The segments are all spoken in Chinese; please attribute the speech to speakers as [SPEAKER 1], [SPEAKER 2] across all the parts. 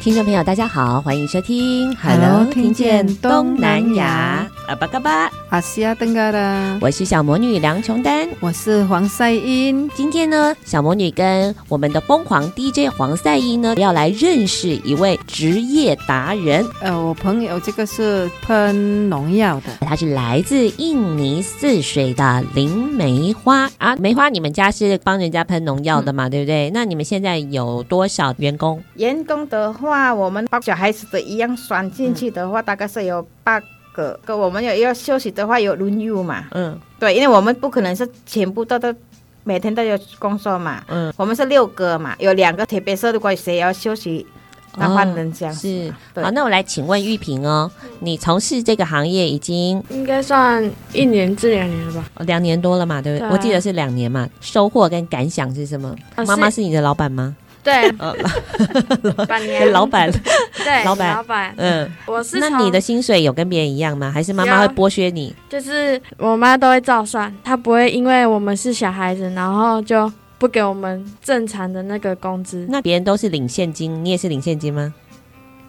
[SPEAKER 1] 听众朋友，大家好，欢迎收听
[SPEAKER 2] Hello，
[SPEAKER 1] 听见
[SPEAKER 2] 听见
[SPEAKER 1] 东南
[SPEAKER 2] 东南
[SPEAKER 1] 亚
[SPEAKER 2] 亚。
[SPEAKER 1] 阿巴嘎巴，
[SPEAKER 2] 阿西亚登嘎啦，
[SPEAKER 1] 我是小魔女梁琼丹。
[SPEAKER 2] 我是黄赛英。
[SPEAKER 1] 今天呢，小魔女跟我们的疯狂 DJ 黄赛英呢，要来认识一位职业达人，
[SPEAKER 2] 呃，我朋友这个是喷农药 的，
[SPEAKER 1] 他是来自印尼泗水的林梅花啊。梅花，你们家是帮人家喷农药的嘛，对不对？那你们现在有多少员工？
[SPEAKER 3] 员工的话，我们把小孩子的一样拴进去的话，大概是有八个。跟我们有要休息的话，有轮休嘛？
[SPEAKER 1] 嗯
[SPEAKER 3] 对，因为我们不可能是全部都都每天都有工作嘛。
[SPEAKER 1] 嗯，
[SPEAKER 3] 我们是六个嘛，有两个特别是如果谁要休息，那
[SPEAKER 1] 哦
[SPEAKER 3] 换人这样子
[SPEAKER 1] 是
[SPEAKER 3] 嘛。对
[SPEAKER 1] 好，那我来请问玉萍哦，你从事这个行业已经
[SPEAKER 4] 应该算一年至两年了吧。
[SPEAKER 1] 呃两年多了嘛，对不对？
[SPEAKER 4] 对啊
[SPEAKER 1] 我记得是两年嘛。收获跟感想是什么？
[SPEAKER 4] 啊
[SPEAKER 1] 妈妈是你的老板吗？
[SPEAKER 4] 对，
[SPEAKER 1] 呃，
[SPEAKER 4] 板娘，
[SPEAKER 1] 老板，
[SPEAKER 4] 对，
[SPEAKER 1] 老板
[SPEAKER 4] 老板，
[SPEAKER 1] 嗯，
[SPEAKER 4] 我 是
[SPEAKER 1] 那
[SPEAKER 4] 从
[SPEAKER 1] 你的薪水有跟别人一样吗？还是妈妈
[SPEAKER 4] 有
[SPEAKER 1] 会剥削你？
[SPEAKER 4] 就是我妈都会照算，她不会因为我们是小孩子，然后就不给我们正常的那个工资。
[SPEAKER 1] 那别人都是领现金，你也是领现金吗？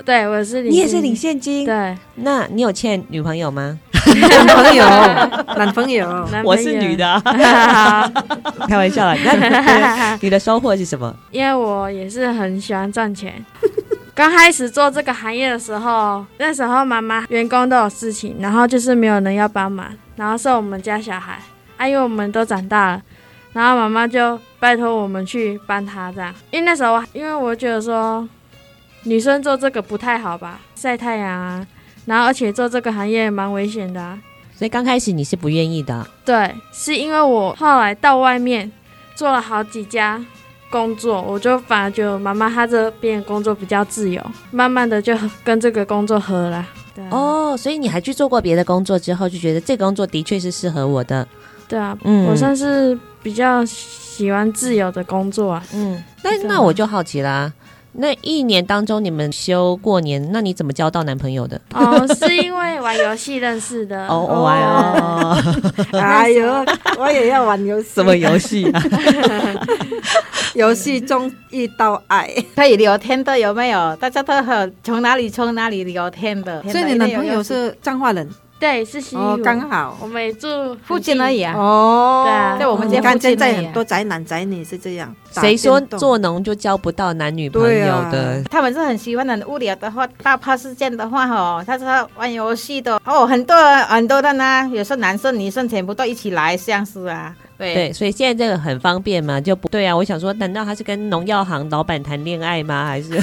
[SPEAKER 4] 对，我是领，
[SPEAKER 1] 你也是领，现金。
[SPEAKER 4] 对，
[SPEAKER 1] 那你有欠女朋友吗？
[SPEAKER 2] 男朋友，男朋友，
[SPEAKER 4] 男朋友
[SPEAKER 1] 哦我是 女，的 啊，开玩笑啦。那你的收获是什么？
[SPEAKER 4] 因为我也是很喜欢赚钱。 刚开始做这个行业的时候，那时候妈妈员工都有事情，然后就是没有人要帮忙，然后是我们家小孩，啊，因为我们都长大了，然后妈妈就拜托我们去帮她这样，因为那时候因为我觉得说女生做这个不太好吧，晒太阳啊，然后而且做这个行业蛮危险的、啊，
[SPEAKER 1] 所以刚开始你是不愿意的啊，
[SPEAKER 4] 对，是因为我后来到外面做了好几家工作，我就反而觉得妈妈她这边工作比较自由，慢慢的就跟这个工作合了。对啊，
[SPEAKER 1] 哦，所以你还去做过别的工作之后，就觉得这个工作的确是适合我的。
[SPEAKER 4] 对啊，
[SPEAKER 1] 嗯
[SPEAKER 4] 我算是比较喜欢自由的工作啊。
[SPEAKER 1] 嗯，那
[SPEAKER 4] 是这样
[SPEAKER 1] 那我就好奇啦、那一年当中，你们休过年，那你怎么交到男朋友的？
[SPEAKER 4] 哦，是因为玩游戏认识的。
[SPEAKER 1] 哦哦哎哦，
[SPEAKER 2] 哎呦，我也要玩游戏
[SPEAKER 1] 什，么游戏 啊？
[SPEAKER 2] 游戏中遇到爱，
[SPEAKER 3] 可以聊天的有没有？大家都很从哪里从哪里聊天的。
[SPEAKER 2] 所以你男朋友是彰化人
[SPEAKER 4] 对，是西湖，
[SPEAKER 2] 哦，刚好
[SPEAKER 4] 我们也住
[SPEAKER 3] 附近而已
[SPEAKER 4] 啊。
[SPEAKER 3] 啊？
[SPEAKER 2] 哦
[SPEAKER 4] 对啊
[SPEAKER 3] 在我们
[SPEAKER 2] 你
[SPEAKER 3] 家
[SPEAKER 2] 看
[SPEAKER 3] 附近
[SPEAKER 2] 现在
[SPEAKER 3] 而已
[SPEAKER 2] 很多宅男宅女是这样，打
[SPEAKER 1] 谁说
[SPEAKER 2] 电动
[SPEAKER 1] 做农就交不到男女朋友的？
[SPEAKER 3] 他们是很喜欢很无聊的话，大怕事件的话哦，他说玩游戏的哦，很多很多的呢，有时候男生女生全部都一起来这样子啊，对。
[SPEAKER 1] 对，所以现在这个很方便嘛，就不对啊。我想说，难道他是跟农药行老板谈恋爱吗？还是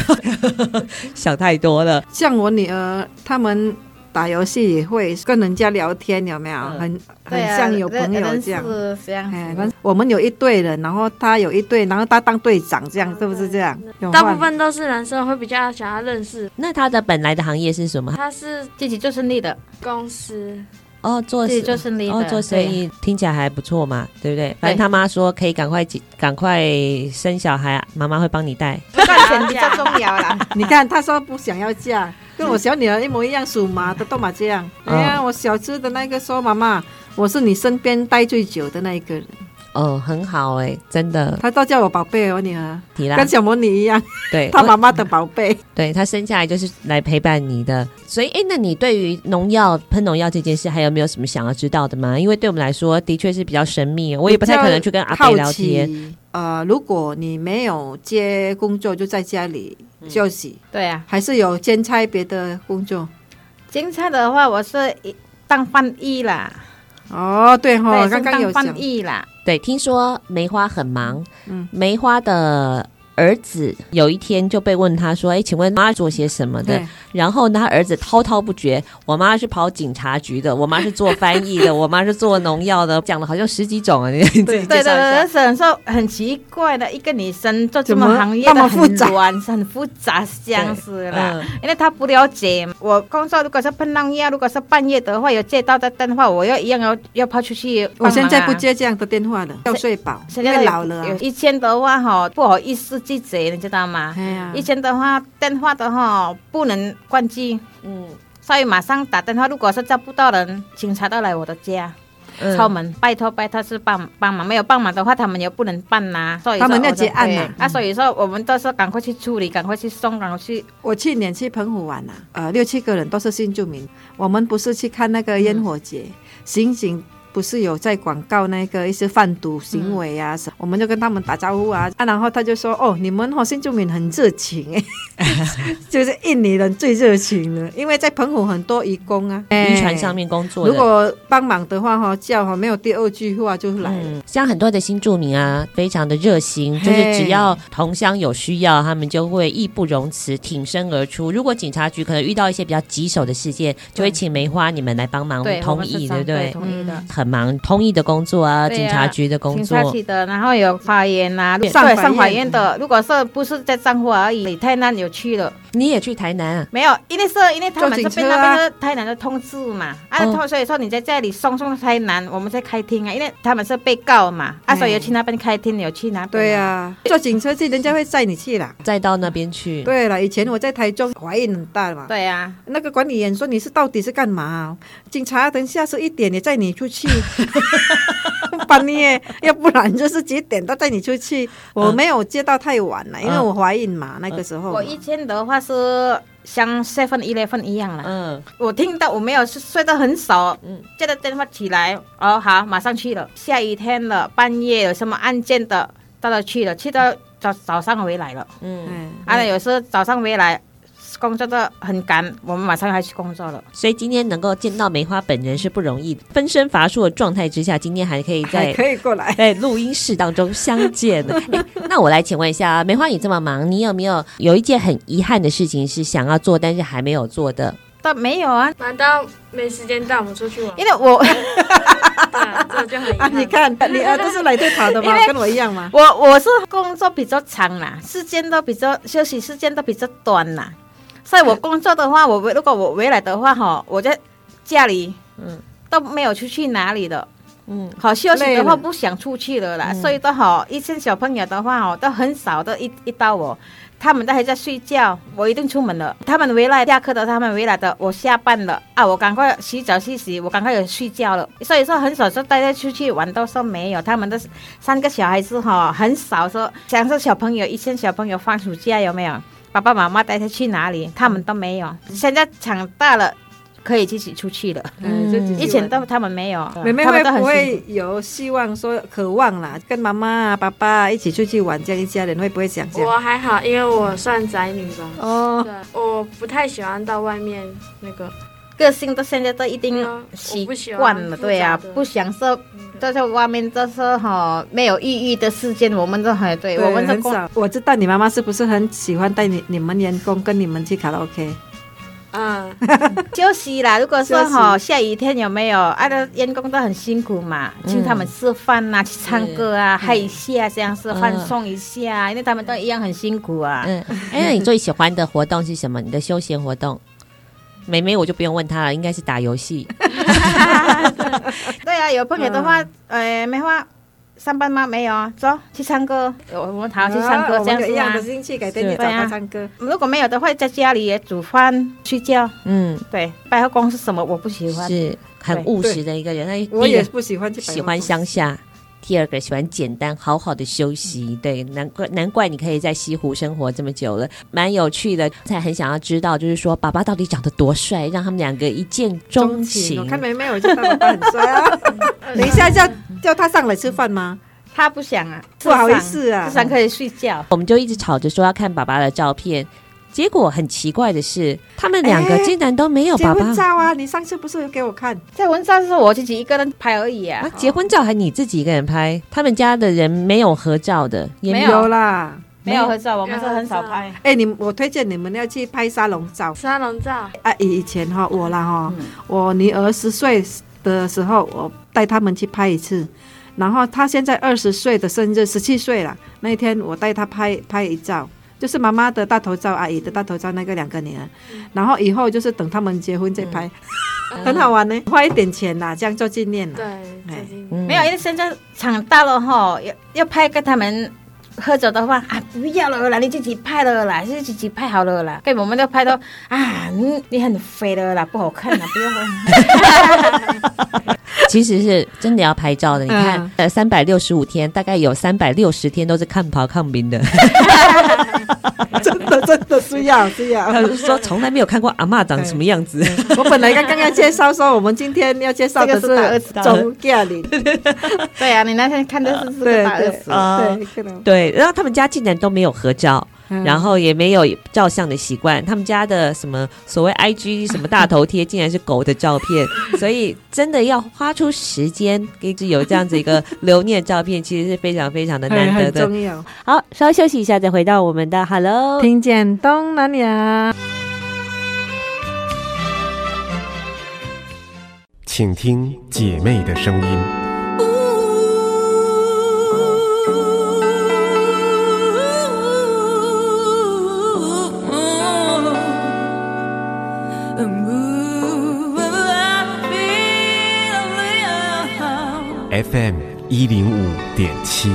[SPEAKER 1] 想太多了？
[SPEAKER 2] 像我女儿，他们打游戏也会跟人家聊天，有没有？
[SPEAKER 1] 嗯
[SPEAKER 2] 很
[SPEAKER 3] 对
[SPEAKER 2] 很
[SPEAKER 3] 啊
[SPEAKER 2] 像有朋友这样。
[SPEAKER 3] 认识这样
[SPEAKER 2] 哎，
[SPEAKER 3] 子
[SPEAKER 2] 反正我们有一队人，然后他有一队，然后他当队长，这样
[SPEAKER 3] 嗯
[SPEAKER 2] 是不是这样？有
[SPEAKER 4] 大
[SPEAKER 2] 换
[SPEAKER 4] 部分都是男生会比较想要认识，
[SPEAKER 1] 那他的本来的行业是什么？
[SPEAKER 4] 他是
[SPEAKER 3] 自己做生意的，
[SPEAKER 4] 公司，
[SPEAKER 1] 哦，做
[SPEAKER 3] 自己
[SPEAKER 1] 生
[SPEAKER 3] 做生意的，
[SPEAKER 1] 哦，做生
[SPEAKER 3] 对。
[SPEAKER 1] 意听起来还不错嘛，对不对？反正他妈说可以赶快结赶快生小孩，妈妈会帮你带。
[SPEAKER 3] 赚钱比较重要 啦，
[SPEAKER 2] 你看，他说不想要嫁，跟我小女儿一模一样，属马的都马这样。
[SPEAKER 3] 啊
[SPEAKER 1] 嗯
[SPEAKER 2] 哎呀，我小只的那个说妈妈，我是你身边待最久的那一个人，
[SPEAKER 1] 哦，很好哎、真的
[SPEAKER 2] 他都叫我宝贝哦，女儿
[SPEAKER 1] 提拉
[SPEAKER 3] 啊
[SPEAKER 2] 跟，小魔女一样，
[SPEAKER 3] 哎
[SPEAKER 1] 对，
[SPEAKER 2] 她
[SPEAKER 1] 我
[SPEAKER 2] 妈妈的宝贝。
[SPEAKER 1] 对他生下来就是来陪伴你的。所以，哎，那你对于农药喷农药这件事，还有没有什么想要知道的吗？因为对我们来说，的确是比较神秘，我也不太可
[SPEAKER 3] 啊
[SPEAKER 1] 能去跟阿
[SPEAKER 2] 好
[SPEAKER 1] 贝聊天。
[SPEAKER 2] 奇。呃，如果你没有接工作，就在家里
[SPEAKER 3] 嗯
[SPEAKER 2] 休息，
[SPEAKER 3] 对呀、
[SPEAKER 2] 还是有兼差别的工作。
[SPEAKER 3] 金菜的话，我是一当翻译啦，
[SPEAKER 2] 哦，对哈、
[SPEAKER 3] 对，
[SPEAKER 2] 刚刚有
[SPEAKER 3] 是当
[SPEAKER 2] 讲
[SPEAKER 3] 翻，译啦，
[SPEAKER 1] 对，听说梅花很忙，
[SPEAKER 2] 嗯
[SPEAKER 1] 梅花的儿子有一天就被问他说：“哎，请问妈做些什么的
[SPEAKER 2] 对，？”
[SPEAKER 1] 然后呢他儿子滔滔不绝：“我妈是跑警察局的，我妈是做翻译的，我妈是做农药的，讲了好像十几种啊。”你你自己
[SPEAKER 3] 对
[SPEAKER 1] 介
[SPEAKER 3] 对
[SPEAKER 1] 绍一下
[SPEAKER 3] 对，很说很奇怪的，一个女生做这么
[SPEAKER 2] 怎么
[SPEAKER 3] 行业
[SPEAKER 2] 那
[SPEAKER 3] 的
[SPEAKER 2] 么复
[SPEAKER 3] 很
[SPEAKER 2] 杂
[SPEAKER 3] 乱，很复杂是这样子啦。
[SPEAKER 1] 嗯
[SPEAKER 3] 因为她不了解嘛我工作，如果是碰到要，如果是半夜的话，有接到的电话，我要一样要要跑出去、
[SPEAKER 2] 我现在不。接这样的电话了，要睡饱，
[SPEAKER 3] 现
[SPEAKER 2] 因
[SPEAKER 3] 在
[SPEAKER 2] 为老了、
[SPEAKER 3] 有
[SPEAKER 2] 啊。
[SPEAKER 3] 一千的话哈，不好意思拒绝，你知道吗？
[SPEAKER 2] 哎呀
[SPEAKER 3] 以，前的话，电话的话不能关机，
[SPEAKER 1] 嗯
[SPEAKER 3] 所以马上打电话。如果是叫不到人，警察到来我的家
[SPEAKER 1] 嗯
[SPEAKER 3] 敲门，拜托拜托是帮帮忙，没有帮忙的话，他们也不能办呐、所以说
[SPEAKER 2] 他们要
[SPEAKER 3] 我就
[SPEAKER 2] 结案
[SPEAKER 3] 对
[SPEAKER 2] 呐
[SPEAKER 3] 啊，所以说我们都是赶快去处理，赶快去送，赶快去。
[SPEAKER 2] 我去年去澎湖玩呐、啊，呃，六七个人都是新住民，我们不是去看那个烟火节，刑警不是有在广告那个一些贩毒行为
[SPEAKER 1] 嗯
[SPEAKER 2] 啊什，我们就跟他们打招呼啊，啊，然后他就说，哦，你们哦新住民很热情 哎、就是印尼人最热情了，因为在澎湖很多移工啊，
[SPEAKER 1] 渔船上面工作
[SPEAKER 2] 如
[SPEAKER 1] 的。
[SPEAKER 2] 果帮忙的话哈，叫哈没有第二句话就来了。
[SPEAKER 1] 嗯，像很多的新住民啊，非常的热心，就是只要同乡有需要，他们就会义不容辞，挺身而出。如果警察局可能遇到一些比较棘手的事件，就会请梅花你们来帮忙
[SPEAKER 3] 对，我
[SPEAKER 1] 通
[SPEAKER 3] 们是
[SPEAKER 1] 译，
[SPEAKER 3] 这
[SPEAKER 1] 对不对？
[SPEAKER 3] 样同意的。
[SPEAKER 1] 很忙，通译的工作啊，
[SPEAKER 3] 对啊
[SPEAKER 1] 警察局的工
[SPEAKER 3] 警
[SPEAKER 1] 作
[SPEAKER 3] 察，去的，然后有法院呐、对，
[SPEAKER 2] 上法院
[SPEAKER 3] 上法院的。如果是不是在彰化而已，你太难有去了。
[SPEAKER 1] 你也去台南啊？
[SPEAKER 3] 没有，因为是因为他们这
[SPEAKER 2] 坐警
[SPEAKER 3] 边
[SPEAKER 2] 车
[SPEAKER 3] 那
[SPEAKER 2] 啊
[SPEAKER 3] 边是台南的通知嘛，啊，
[SPEAKER 1] 哦
[SPEAKER 3] 所以说你在这里送送台南，我们在开庭啊，因为他们是被告嘛，啊，
[SPEAKER 2] 嗯
[SPEAKER 3] 所以有去那边开庭，有去那边。
[SPEAKER 2] 对，啊呀、坐警车去，人家会载你去啦。
[SPEAKER 1] 再到那边去，
[SPEAKER 2] 对了，以前我在台中怀孕很大嘛，
[SPEAKER 3] 对啊呀，
[SPEAKER 2] 那个管理员说你是到底是干嘛？警察等下是一点也载你出 去，半夜，要不然就是几点都载你出去。
[SPEAKER 3] 嗯
[SPEAKER 2] 我没有接到太晚了，因为
[SPEAKER 1] 嗯
[SPEAKER 2] 我怀孕嘛，那个时候嘛。
[SPEAKER 3] 我一天的话是像 seven eleven 一样了，
[SPEAKER 1] 嗯，
[SPEAKER 3] 我听到我没有睡得很少，
[SPEAKER 1] 嗯
[SPEAKER 3] 接到电话起来，哦好，马上去了。下雨天了，半夜有什么案件的，到了去了，去到早早上回来了。
[SPEAKER 2] 嗯，
[SPEAKER 3] 啊，有时候早上回来工作的很赶，我们马上要去工作了。
[SPEAKER 1] 所以今天能够见到梅花本人是不容易的，分身乏术的状态之下，今天还可以
[SPEAKER 2] 还
[SPEAKER 1] 在
[SPEAKER 2] 可以过来。
[SPEAKER 1] 在录音室当中相见 的、哎那我来请问一下，梅花，你这么忙，你有没有有一件很遗憾的事情是想要做但是还没有做的？
[SPEAKER 3] 但没有啊，
[SPEAKER 4] 难道没时间带我们出去玩？
[SPEAKER 3] 因为我。
[SPEAKER 4] 对啊，这就很遗
[SPEAKER 2] 啊，
[SPEAKER 4] 憾。
[SPEAKER 2] 你看，你啊都是来对跑的嘛，跟我一样嘛
[SPEAKER 3] 我我是工作比较长啦，时间都比较休息时间都比较短啦，所以我工作的话，我回如果我回来的话哈，我在家里
[SPEAKER 1] 嗯
[SPEAKER 3] 嗯都没有出去哪里的。
[SPEAKER 1] 嗯，
[SPEAKER 3] 好休息
[SPEAKER 2] 累
[SPEAKER 3] 的话
[SPEAKER 2] 了
[SPEAKER 3] 不想出去了啦，所以都好，一些小朋友的话哦，都很少的一一到我，他们都还在睡觉，我一定出门了。他们回来下课的，他们回来的，我下班了啊，我赶快洗澡去洗，我赶快也睡觉了。所以说很少说带他出去玩，都说没有，他们的三个小孩子哈、很少说想说小朋友，一些小朋友放暑假有没有？爸爸妈妈带他去哪里？他们都没有。现在长大了，可以自己出去了。
[SPEAKER 2] 嗯，就自己玩
[SPEAKER 3] 以前都他们没有，
[SPEAKER 2] 妹妹
[SPEAKER 3] 他
[SPEAKER 2] 会
[SPEAKER 3] 们都很
[SPEAKER 2] 不
[SPEAKER 3] 辛苦
[SPEAKER 2] 会有希望说渴望啦，跟妈妈、啊、爸爸一起出去玩，这样一家人会不会想这样？
[SPEAKER 4] 我还好，因为我算宅女吧。
[SPEAKER 2] 哦，
[SPEAKER 4] 对，我不太喜欢到外面那个。
[SPEAKER 3] 个性到现在都一定
[SPEAKER 4] 嗯
[SPEAKER 3] 习
[SPEAKER 4] 我不喜欢
[SPEAKER 3] 惯
[SPEAKER 2] 嗯
[SPEAKER 3] 了，
[SPEAKER 4] 复杂
[SPEAKER 3] 对呀、
[SPEAKER 4] 的
[SPEAKER 3] 不享受。都在外面，都是哈没有意义的事件，我们都很对，我们的
[SPEAKER 2] 很
[SPEAKER 3] 工
[SPEAKER 2] 少。我知道你妈妈是不是很喜欢带你你们员工跟你们去卡拉 OK？
[SPEAKER 4] 嗯，
[SPEAKER 3] 休息啦。如果说
[SPEAKER 2] 休息
[SPEAKER 3] 哈下雨天有没有，啊，那员工都很辛苦嘛，请他们吃饭呐、去唱歌啊，嗨一下这样是
[SPEAKER 1] 嗯
[SPEAKER 3] 放松一下，因为他们都一样很辛苦啊。
[SPEAKER 1] 嗯，哎，那你最喜欢的活动是什么？你的休闲活动？
[SPEAKER 3] 嗯
[SPEAKER 1] 妹妹我就不用问她了，应该是打游戏。
[SPEAKER 3] 对啊，有朋友的话，呃，没话上班吗？没有啊，走去唱歌，我我们好去唱歌
[SPEAKER 2] 啊
[SPEAKER 3] 这样
[SPEAKER 2] 我们有一
[SPEAKER 3] 子
[SPEAKER 2] 样
[SPEAKER 3] 啊
[SPEAKER 2] 的。兴趣，改天
[SPEAKER 1] 是
[SPEAKER 2] 去找她
[SPEAKER 3] 对啊
[SPEAKER 2] 唱歌。
[SPEAKER 3] 如果没有的话，在家里也煮饭、睡觉。
[SPEAKER 1] 嗯，
[SPEAKER 3] 对，百货公司什么我不喜欢。
[SPEAKER 1] 是很务实的一个人。那
[SPEAKER 2] 我
[SPEAKER 1] 第一
[SPEAKER 2] 也
[SPEAKER 1] 个
[SPEAKER 2] 不喜欢去百货
[SPEAKER 1] 喜欢
[SPEAKER 2] 公司
[SPEAKER 1] 乡下。第二个喜欢简单，好好的休
[SPEAKER 2] 嗯
[SPEAKER 1] 息。对，难怪难怪你可以在西湖生活这么久了，蛮有趣的。才很想要知道，就是说爸爸到底长得多帅，让他们两个一见钟情。
[SPEAKER 2] 我看妹妹，我知道爸爸很帅啊。等一下叫叫她上来吃饭吗？
[SPEAKER 3] 他不想啊，
[SPEAKER 2] 不好意思啊
[SPEAKER 3] 至少可以睡觉。
[SPEAKER 1] 我们就一直吵着说要看爸爸的照片。结果很奇怪的是，他们两个
[SPEAKER 2] 哎
[SPEAKER 1] 竟然都没有
[SPEAKER 2] 结
[SPEAKER 1] 爸爸
[SPEAKER 2] 婚照啊，你上次不是有给我看？
[SPEAKER 3] 在文章是我自己一个人拍而已
[SPEAKER 1] 啊
[SPEAKER 3] 啊，，
[SPEAKER 1] 结婚照还你自己一个人拍，他们家的人没有合照的，也
[SPEAKER 3] 没有
[SPEAKER 2] 有啦。
[SPEAKER 3] 没有合照，啊我们
[SPEAKER 4] 没
[SPEAKER 3] 是
[SPEAKER 4] 有
[SPEAKER 3] 很少
[SPEAKER 4] 合照
[SPEAKER 3] 拍。
[SPEAKER 2] 哎，你我推荐你们要去拍沙龙照
[SPEAKER 4] 沙龙照，
[SPEAKER 2] 啊！以前哈、我啦哈、
[SPEAKER 3] 嗯
[SPEAKER 2] 我女儿十岁的时候，我带他们去拍一次，然后她现在二十岁的生日，十七岁了。那一天我带她拍拍一照，就是妈妈的大头照、阿姨的大头照，那个两个女儿。
[SPEAKER 3] 嗯
[SPEAKER 2] 然后以后就是等他们结婚再拍， 很好玩呢，花一点钱啦，这样做纪念啦。
[SPEAKER 4] 对，最近
[SPEAKER 1] 嗯
[SPEAKER 3] 没有，因为现在长大了哈，要要拍跟他们喝酒的话啊，不要了啦，你自己拍了啦，是自己拍好了啦。跟我们都拍到啊，你你很肥了啦，不好看 啦，不要了。
[SPEAKER 1] 其实是真的要拍照的。你
[SPEAKER 2] 嗯
[SPEAKER 1] 看，呃，三百六十五天，大概有三百六十天都是看跑看兵的。
[SPEAKER 2] 真的 真的是要是要。
[SPEAKER 1] 他呃说从来没有看过阿嬷长什么样子。
[SPEAKER 2] 我本来刚刚要介绍说，我们今天要介绍的
[SPEAKER 3] 这个是打二
[SPEAKER 2] 是中价里，对
[SPEAKER 3] 对啊，你那天看的是 这
[SPEAKER 2] 对
[SPEAKER 3] 个大二十，哦
[SPEAKER 1] 啊
[SPEAKER 2] 对，可 能
[SPEAKER 1] 对，然后他们家竟然都没有合照，
[SPEAKER 2] 嗯
[SPEAKER 1] 然后也没有照相的习惯。他们家的什么所谓 IG 什么大头贴，竟然是狗的照片，所以真的要花出时间，一直有这样子一 个留念照片，其实是非常非常的难
[SPEAKER 2] 哎很
[SPEAKER 1] 得
[SPEAKER 2] 很
[SPEAKER 1] 的。
[SPEAKER 2] 重要。
[SPEAKER 1] 好，稍休息一下，再回到我们的 Hello。
[SPEAKER 2] 听见东南亚。
[SPEAKER 5] 请听姐妹的声音。FM 一零五点七，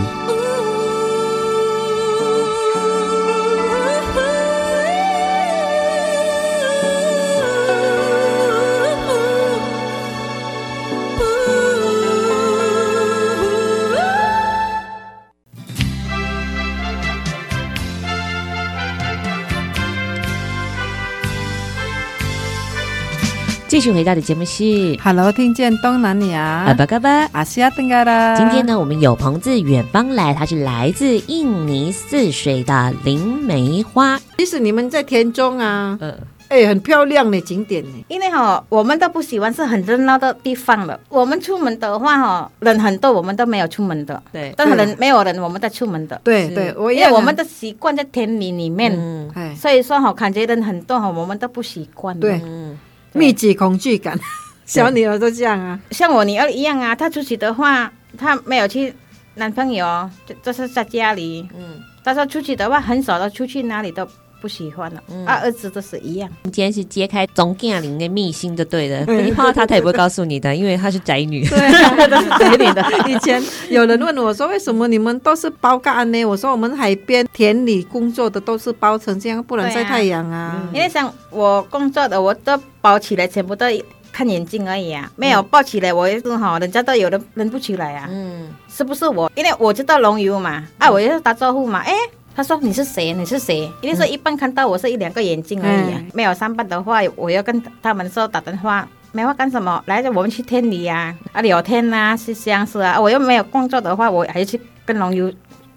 [SPEAKER 1] 继续回到的节目是
[SPEAKER 2] Hello，听见东南
[SPEAKER 1] 阿
[SPEAKER 2] 亚，
[SPEAKER 1] 巴嘎巴。
[SPEAKER 2] 阿西亚登嘎啦。
[SPEAKER 1] 今天？呢，我们有朋自远方来，他是来自印尼泗水的林梅花。
[SPEAKER 2] 即使你们在田中啊，
[SPEAKER 1] 呃，
[SPEAKER 2] 哎，很漂亮的景点呢。
[SPEAKER 3] 因为哈、我们都不喜欢是很热闹的地方了。我们出门的话哈、人很多，我们都没有出门的。
[SPEAKER 1] 对，
[SPEAKER 3] 但是啊
[SPEAKER 2] 对
[SPEAKER 3] 人没有人，我们在出门的。
[SPEAKER 2] 对
[SPEAKER 1] 是
[SPEAKER 2] 对，我
[SPEAKER 3] 因
[SPEAKER 2] 也
[SPEAKER 3] 为我们的习惯在田里里面，
[SPEAKER 1] 嗯，
[SPEAKER 2] 哎，
[SPEAKER 3] 所以说哈、感觉人很多哈、我们都不习惯。
[SPEAKER 2] 对
[SPEAKER 1] 嗯
[SPEAKER 2] 密集恐惧感， 小女儿都这样啊。
[SPEAKER 3] 像我女儿一样啊，她出去的话，她没有去男朋友，这这是在家里。
[SPEAKER 1] 嗯。
[SPEAKER 3] 她说出去的话，很少的出去哪里都不喜欢了。二、儿子都是一样，
[SPEAKER 1] 今天是揭开总干林的秘辛就对了，你碰到她她也不会告诉你的，因为她是宅 女。
[SPEAKER 2] 对啊，都是宅女的。 以前有人问我说，为什么你们都是包干呢？我说我们海边田里工作的都是包成这样，不能
[SPEAKER 3] 对啊
[SPEAKER 2] 晒太阳啊。
[SPEAKER 3] 因为像我工作的，我都包起来，全部都看眼睛而已啊，没有包起来，我也是哈，人家都有人认不出来啊，
[SPEAKER 1] 嗯，
[SPEAKER 3] 是不是我？因为我知道龙游嘛，啊，我也是打招呼嘛，哎。他说你是谁？你是谁？因为说一般看到我是一两个眼睛而已、啊，
[SPEAKER 2] 嗯
[SPEAKER 3] 没有上班的话，我要跟他们说打电话，没话干什么？来，我们去天里呀、啊，聊天呐、啊，是相识啊。啊我又没有工作的话，我还去跟龙游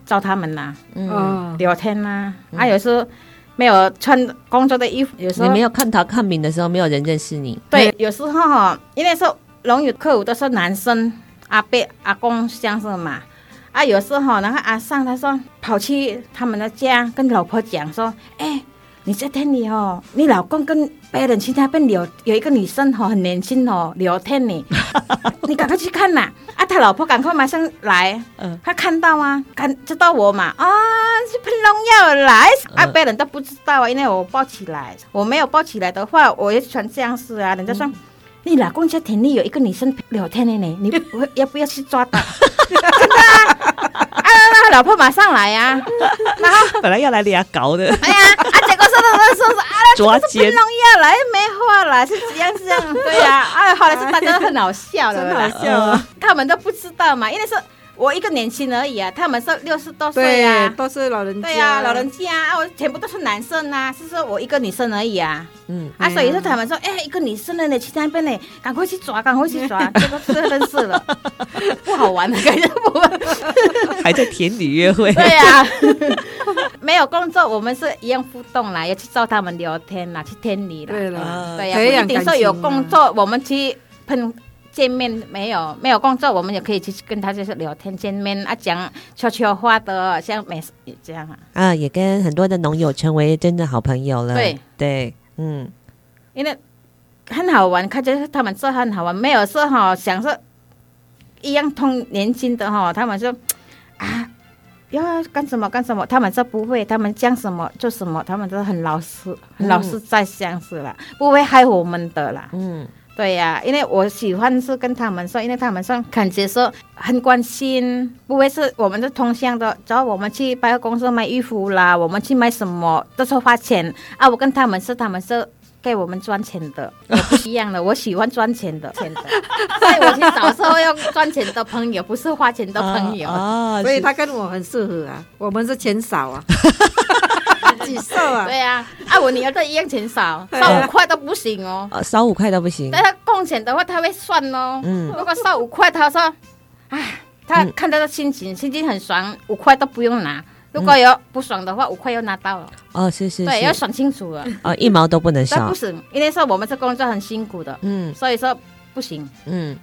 [SPEAKER 3] 找他们呐、啊
[SPEAKER 2] 哦，
[SPEAKER 3] 聊天呐、啊。有时候没有穿工作的衣服，有时
[SPEAKER 1] 你
[SPEAKER 3] 候
[SPEAKER 1] 没有看她看明的时候，没有人认识你。
[SPEAKER 3] 对，有时候哈，因为说龙友客户都是男生，阿伯、阿公相是嘛。啊，有时候然后阿尚他说跑去他们的家跟老婆讲说，哎，你在店里哦，你老公跟别人去那边聊，有一个女生哦，很年轻哦，聊天 呢，你赶快去看呐、啊！他老婆赶快马上来，
[SPEAKER 1] 嗯
[SPEAKER 3] 他看到啊，看知道我嘛啊，是喷农药
[SPEAKER 2] 呃
[SPEAKER 3] 来啊，
[SPEAKER 1] 嗯
[SPEAKER 3] 别人都不知道啊，因为我抱起来，我没有抱起来的话，我也穿这样式啊，人家
[SPEAKER 2] 嗯
[SPEAKER 3] 说。你老公家田里有一个女生聊天的 呢，你不要不要去抓她？真的啊！啊，那老婆马上 来呀、然后
[SPEAKER 1] 本来要来俩搞 的，
[SPEAKER 3] 哎呀，啊，结果说说说说啊，
[SPEAKER 1] 抓
[SPEAKER 3] 这个
[SPEAKER 1] 奸
[SPEAKER 3] 是喷农药来没话啦，是这样这样，对呀、 啊，后来是大家都很好笑的
[SPEAKER 2] 真
[SPEAKER 3] 啦
[SPEAKER 2] 好。笑啊！
[SPEAKER 3] 他们都不知道嘛，因为是我一个年轻人而已啊，他们是六十多岁
[SPEAKER 2] 对
[SPEAKER 3] 啊，，
[SPEAKER 2] 都是老人家。
[SPEAKER 3] 对啊，老人家啊，我全部都是男生啊，是说我一个女生而已啊，
[SPEAKER 1] 嗯
[SPEAKER 3] 啊，
[SPEAKER 2] 哎呀
[SPEAKER 3] 所以说他们说，哎、一个女生呢，你去那边呢，赶快去抓，赶快 去抓，这个是认识了， 不好玩的感觉不，
[SPEAKER 1] 哦 还在田里约会
[SPEAKER 3] 对呀、 没有工作，我们是一样互动啦，要去找他们聊天啦，去天理啦。
[SPEAKER 2] 对
[SPEAKER 1] 啊
[SPEAKER 2] 了，
[SPEAKER 3] 对呀、
[SPEAKER 2] 培养
[SPEAKER 3] 不一定
[SPEAKER 2] 感
[SPEAKER 3] 说有
[SPEAKER 2] 情
[SPEAKER 3] 工
[SPEAKER 2] 啊
[SPEAKER 3] 作，我们去碰见面没有？没有工作，我们也可以去跟他就是聊天见面啊，讲悄悄话的，像美这样啊。
[SPEAKER 1] 啊，也跟很多的农友成为真的好朋友了。
[SPEAKER 3] 对
[SPEAKER 1] 对，嗯，
[SPEAKER 3] 因为很好玩，看见他们做很好玩，没有说哈、想说啊一样通年轻的哈、他们说啊要干什么干什么，他们说不会，他们讲什么做什么，他们都很老实，很老实在相处啦，不会害我们的啦。
[SPEAKER 1] 嗯，
[SPEAKER 3] 对呀、因为我喜欢是跟他们说，因为他们说感觉说很关心，不会是我们是同乡的，只要我们去百货公司买衣服啦，我们去买什么都是花钱啊。我跟他们是他们是给我们赚钱 的，我不一样的，我喜欢赚钱的，钱的，所以我去找时候要赚钱的朋友，不是花钱的朋 友。
[SPEAKER 1] 啊，
[SPEAKER 2] 所以
[SPEAKER 1] 是
[SPEAKER 2] 他跟我很适合啊，我们是钱少 啊，几瘦啊，
[SPEAKER 3] 对呀、啊，我女儿都一样钱少，
[SPEAKER 2] 对啊
[SPEAKER 3] 少五块都不行哦。
[SPEAKER 1] 呃少五块都不行
[SPEAKER 3] 但。他贡献的话，他会算哦。
[SPEAKER 1] 嗯
[SPEAKER 3] 如果少五块，他说，哎，他
[SPEAKER 1] 嗯
[SPEAKER 3] 看到的心情，心情很爽，五块都不用拿。如果有不爽的话，五块又拿到了，
[SPEAKER 1] 哦，是是
[SPEAKER 3] 对，要
[SPEAKER 1] 是，
[SPEAKER 3] 想清楚了。
[SPEAKER 1] 哦，一毛都不能
[SPEAKER 3] 这
[SPEAKER 1] 少
[SPEAKER 3] 不。行，因为说我们这工作很辛苦的，
[SPEAKER 1] 嗯
[SPEAKER 3] 所以说不行。
[SPEAKER 1] 嗯，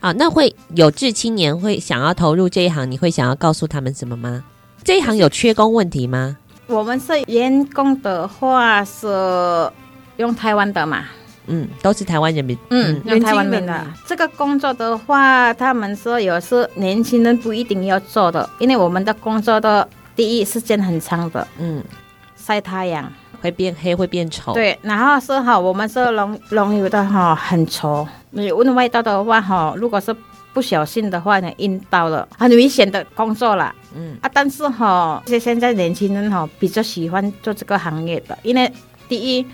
[SPEAKER 1] 啊，那会有志青年会想要投入这一行，你会想要告诉他们什么吗？这一行有缺工问题吗？
[SPEAKER 3] 我们是员工的话是用台湾的嘛，
[SPEAKER 1] 嗯，都是台湾人民。
[SPEAKER 3] 嗯，用
[SPEAKER 2] 年
[SPEAKER 3] 台湾
[SPEAKER 2] 轻人
[SPEAKER 3] 面的
[SPEAKER 2] 啊
[SPEAKER 3] 这个工作的话，他们说有时年轻人不一定要做的，因为我们的工作的第一时间很长的，
[SPEAKER 1] 嗯，
[SPEAKER 3] 晒太阳。
[SPEAKER 1] 会变黑，会变丑。，
[SPEAKER 3] 对，然后是哈，我们是龙龙油的哈，很稠。你闻味道的话哈，如果是不小心的话呢，晕到了，很危险的工作啦。
[SPEAKER 1] 嗯
[SPEAKER 3] 啊，但是哈，这现在年轻人哈比较喜欢做这个行业的，因为第一，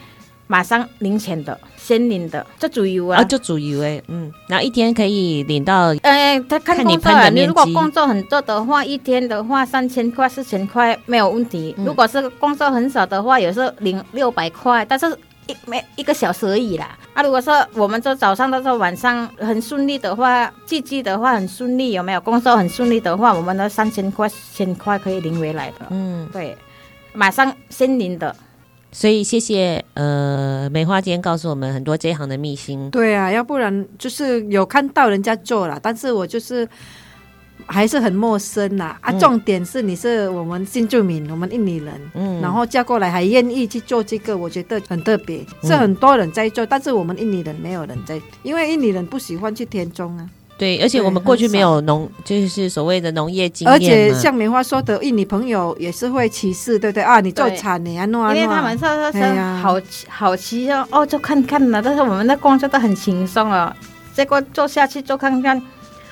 [SPEAKER 3] 马上零钱的，先领的，这主油啊。
[SPEAKER 1] 啊，就主以为，嗯，然后一天可以领到，
[SPEAKER 3] 呃，他看
[SPEAKER 1] 看你
[SPEAKER 3] 工作
[SPEAKER 1] 喷
[SPEAKER 3] 啊，
[SPEAKER 1] 的
[SPEAKER 3] 你
[SPEAKER 1] 面
[SPEAKER 3] 如果
[SPEAKER 1] 积
[SPEAKER 3] 工作很多的话，一天的话三千块、四千块没有问题。如果是工作很少的话，有时候领六百块，但是一每一个小时而已啦。啊，如果说我们做早上到做晚上很顺利的话，季季的话很顺利，有没有工作很顺利的话，我们的三千块、四千块可以领回来的。
[SPEAKER 1] 嗯，
[SPEAKER 3] 对，马上先领的。
[SPEAKER 1] 所以谢谢呃梅花今天告诉我们很多这一行的秘辛。
[SPEAKER 2] 对啊，要不然就是有看到人家做了，但是我就是还是很陌生呐、啊。
[SPEAKER 1] 嗯
[SPEAKER 2] 重点是你是我们新住民，我们印尼人，
[SPEAKER 1] 嗯
[SPEAKER 2] 然后嫁过来还愿意去做这个，我觉得很特别，是
[SPEAKER 3] 嗯
[SPEAKER 2] 很多人在做，但是我们印尼人没有人在，因为印尼人不喜欢去田中啊，
[SPEAKER 1] 对，而且我们
[SPEAKER 2] 对
[SPEAKER 1] 过去
[SPEAKER 2] 很少
[SPEAKER 1] 没有农，就是所谓的农业经验嘛，
[SPEAKER 2] 而
[SPEAKER 3] 啊
[SPEAKER 2] 且像棉花说的，印尼朋友也是会歧视，对不对啊？你做
[SPEAKER 3] 对
[SPEAKER 2] 产你啊弄啊
[SPEAKER 3] 因为
[SPEAKER 2] 弄
[SPEAKER 3] 他
[SPEAKER 2] 啊
[SPEAKER 3] 们，说说
[SPEAKER 2] 哎
[SPEAKER 3] 说
[SPEAKER 2] 呀
[SPEAKER 3] 好奇好奇哦，哦，就看看了，但是我们的工作都很轻松了，结果做下去就看看，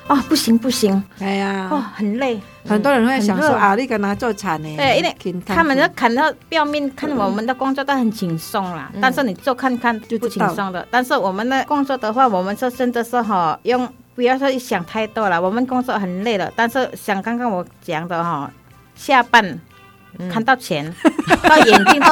[SPEAKER 3] 哦，不行不行，
[SPEAKER 2] 哎呀，
[SPEAKER 3] 哦，很累。
[SPEAKER 2] 很多人会想说
[SPEAKER 3] 很热
[SPEAKER 2] 啊，你跟他做产呢？
[SPEAKER 3] 对因为
[SPEAKER 2] 勤看
[SPEAKER 3] 他们
[SPEAKER 2] 苦
[SPEAKER 3] 就看到表面看我们的工作都很轻松啦，
[SPEAKER 2] 嗯
[SPEAKER 3] 但是你做看看
[SPEAKER 2] 就
[SPEAKER 3] 不
[SPEAKER 2] 知
[SPEAKER 3] 轻
[SPEAKER 2] 道
[SPEAKER 3] 松的。但是我们的工作的话，我们说真的是哈，用不要说想太多了，我们工作很累了，但是想刚刚我讲的哈，下半。看到钱， 到眼睛都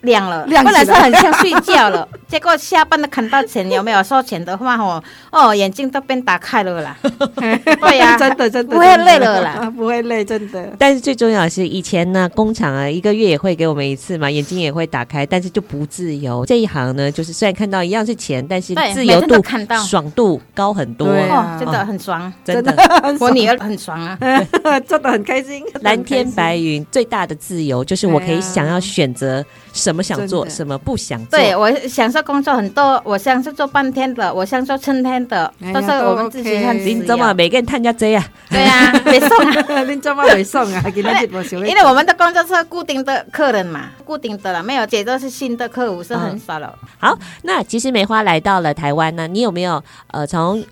[SPEAKER 3] 亮了，
[SPEAKER 2] 嗯亮
[SPEAKER 3] 不然
[SPEAKER 2] 起
[SPEAKER 3] 是
[SPEAKER 2] 来
[SPEAKER 3] 很像睡觉了。 结果下半的看到钱有没有收钱的话，哦哦，眼睛都变打开 了啦。对呀、
[SPEAKER 2] 啊真的真的
[SPEAKER 3] 不会
[SPEAKER 2] 真的
[SPEAKER 3] 累了啦，
[SPEAKER 2] 不会累，真的。
[SPEAKER 1] 但是最重要的是，以前呢，工厂啊，一个月也会给我们一次嘛，眼睛也会打开，但是就不自由。这一行呢，就是虽然看到一样是钱，但是
[SPEAKER 3] 对
[SPEAKER 1] 自由
[SPEAKER 3] 每天
[SPEAKER 1] 度
[SPEAKER 3] 都、看到
[SPEAKER 1] 爽度高很多，
[SPEAKER 2] 对
[SPEAKER 3] 哦
[SPEAKER 2] 啊，
[SPEAKER 3] 真的很爽，
[SPEAKER 1] 真 的
[SPEAKER 3] 我女儿很爽啊。
[SPEAKER 2] 做的很开 心，
[SPEAKER 1] 蓝天白云最大的自由就是我可以想要选择什么想做，
[SPEAKER 2] 真的
[SPEAKER 1] 什么不想做。
[SPEAKER 3] 啊对我享受工作很多，我享受做半天的，我享受春天的
[SPEAKER 2] 哎，呀
[SPEAKER 3] 都是我们自己
[SPEAKER 2] 都
[SPEAKER 3] 很
[SPEAKER 2] OK
[SPEAKER 1] 林
[SPEAKER 3] 自
[SPEAKER 1] 总啊，
[SPEAKER 3] 由。
[SPEAKER 1] 每个人探家这啊，
[SPEAKER 3] 对啊，别送 啊，
[SPEAKER 2] 你做嘛袂爽啊？今仔日无想要
[SPEAKER 3] 因为我们的工作是固定的客人嘛，固定的了，没有解都是新的客户是
[SPEAKER 2] 嗯
[SPEAKER 3] 很少了。
[SPEAKER 1] 好，那其实梅花来到了台湾呢，你有没有呃从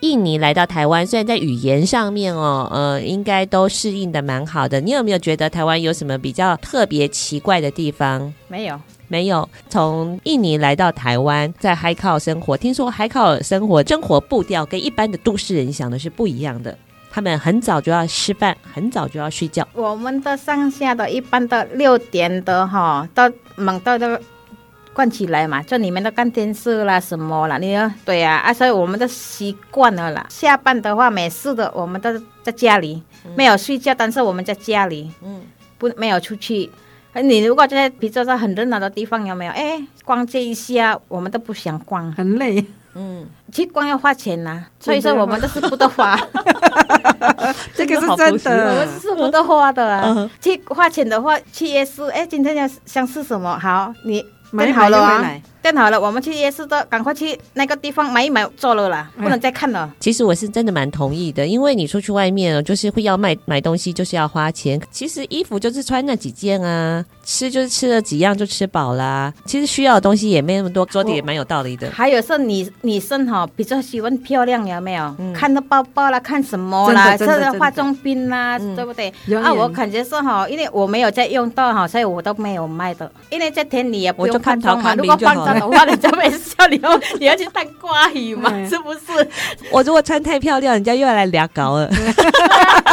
[SPEAKER 1] 印尼来到台湾？虽然在语言上面哦，呃，应该都适应的蛮好的。你有没有觉得台湾有什么比较特别奇怪的地方？
[SPEAKER 3] 没有，
[SPEAKER 1] 没有，从印尼来到台湾，在海考生活，听说海考生活生活步调跟一般的都市人想的是不一样的。他们很早就要吃饭，很早就要睡觉。
[SPEAKER 3] 我们的上下的一般的六点的哈，到忙到都关起来嘛，就你们都看电视啦什么啦，你要对呀啊所以我们都习惯了啦。下班的话，没事的，
[SPEAKER 2] 嗯
[SPEAKER 3] 我们都在家里，没有睡觉，但是我们在家里，嗯，不没有出去。你如果在比较在很热闹的地方，有没有？哎，逛街一下，我们都不想逛，
[SPEAKER 2] 很累。啊
[SPEAKER 1] 嗯，
[SPEAKER 3] 去逛要花钱呐、所以说我们都是不得花，
[SPEAKER 2] 这个是
[SPEAKER 1] 好
[SPEAKER 2] 真
[SPEAKER 1] 不
[SPEAKER 3] 我
[SPEAKER 2] 的
[SPEAKER 3] 们，是不得花的、啊
[SPEAKER 1] 嗯。
[SPEAKER 3] 去花钱的话，去夜市，哎，今天要想吃什么？好，你
[SPEAKER 2] 买一
[SPEAKER 3] 订
[SPEAKER 2] 买
[SPEAKER 3] 好
[SPEAKER 2] 就回
[SPEAKER 3] 了啊
[SPEAKER 2] 来，。
[SPEAKER 3] 订好了，我们去夜市的，赶快去那个地方买一买，做了啦，
[SPEAKER 2] 哎
[SPEAKER 3] 不能再看了。
[SPEAKER 1] 其实我是真的蛮同意的，因为你出去外面哦，就是会要卖买东西，就是要花钱。其实衣服就是穿那几件啊，吃就是吃了几样就吃饱啦。其实需要的东西也没那么多，说的也蛮有道理的。
[SPEAKER 3] 还有是女女生哈、比较喜欢漂亮，有没有？
[SPEAKER 1] 嗯
[SPEAKER 3] 看到包包啦，看什么啦，
[SPEAKER 2] 真的真的嗯
[SPEAKER 3] 这个化妆品啦，
[SPEAKER 1] 真的
[SPEAKER 3] 对不对？
[SPEAKER 2] 永
[SPEAKER 3] 啊，
[SPEAKER 2] 远
[SPEAKER 3] 我感觉是哈、因为我没有在用到哈、所以我都没有卖的。因为在田里也不
[SPEAKER 1] 我就
[SPEAKER 3] 用化
[SPEAKER 1] 看陶
[SPEAKER 3] 妆嘛，
[SPEAKER 1] 康
[SPEAKER 3] 如
[SPEAKER 1] 明
[SPEAKER 3] 果
[SPEAKER 1] 就好
[SPEAKER 3] 化妆的话，人家没笑你哦，你要去当瓜鱼嘛，
[SPEAKER 2] 对
[SPEAKER 3] 是不是？
[SPEAKER 1] 我如果穿太漂亮，人家又要来聊搞了。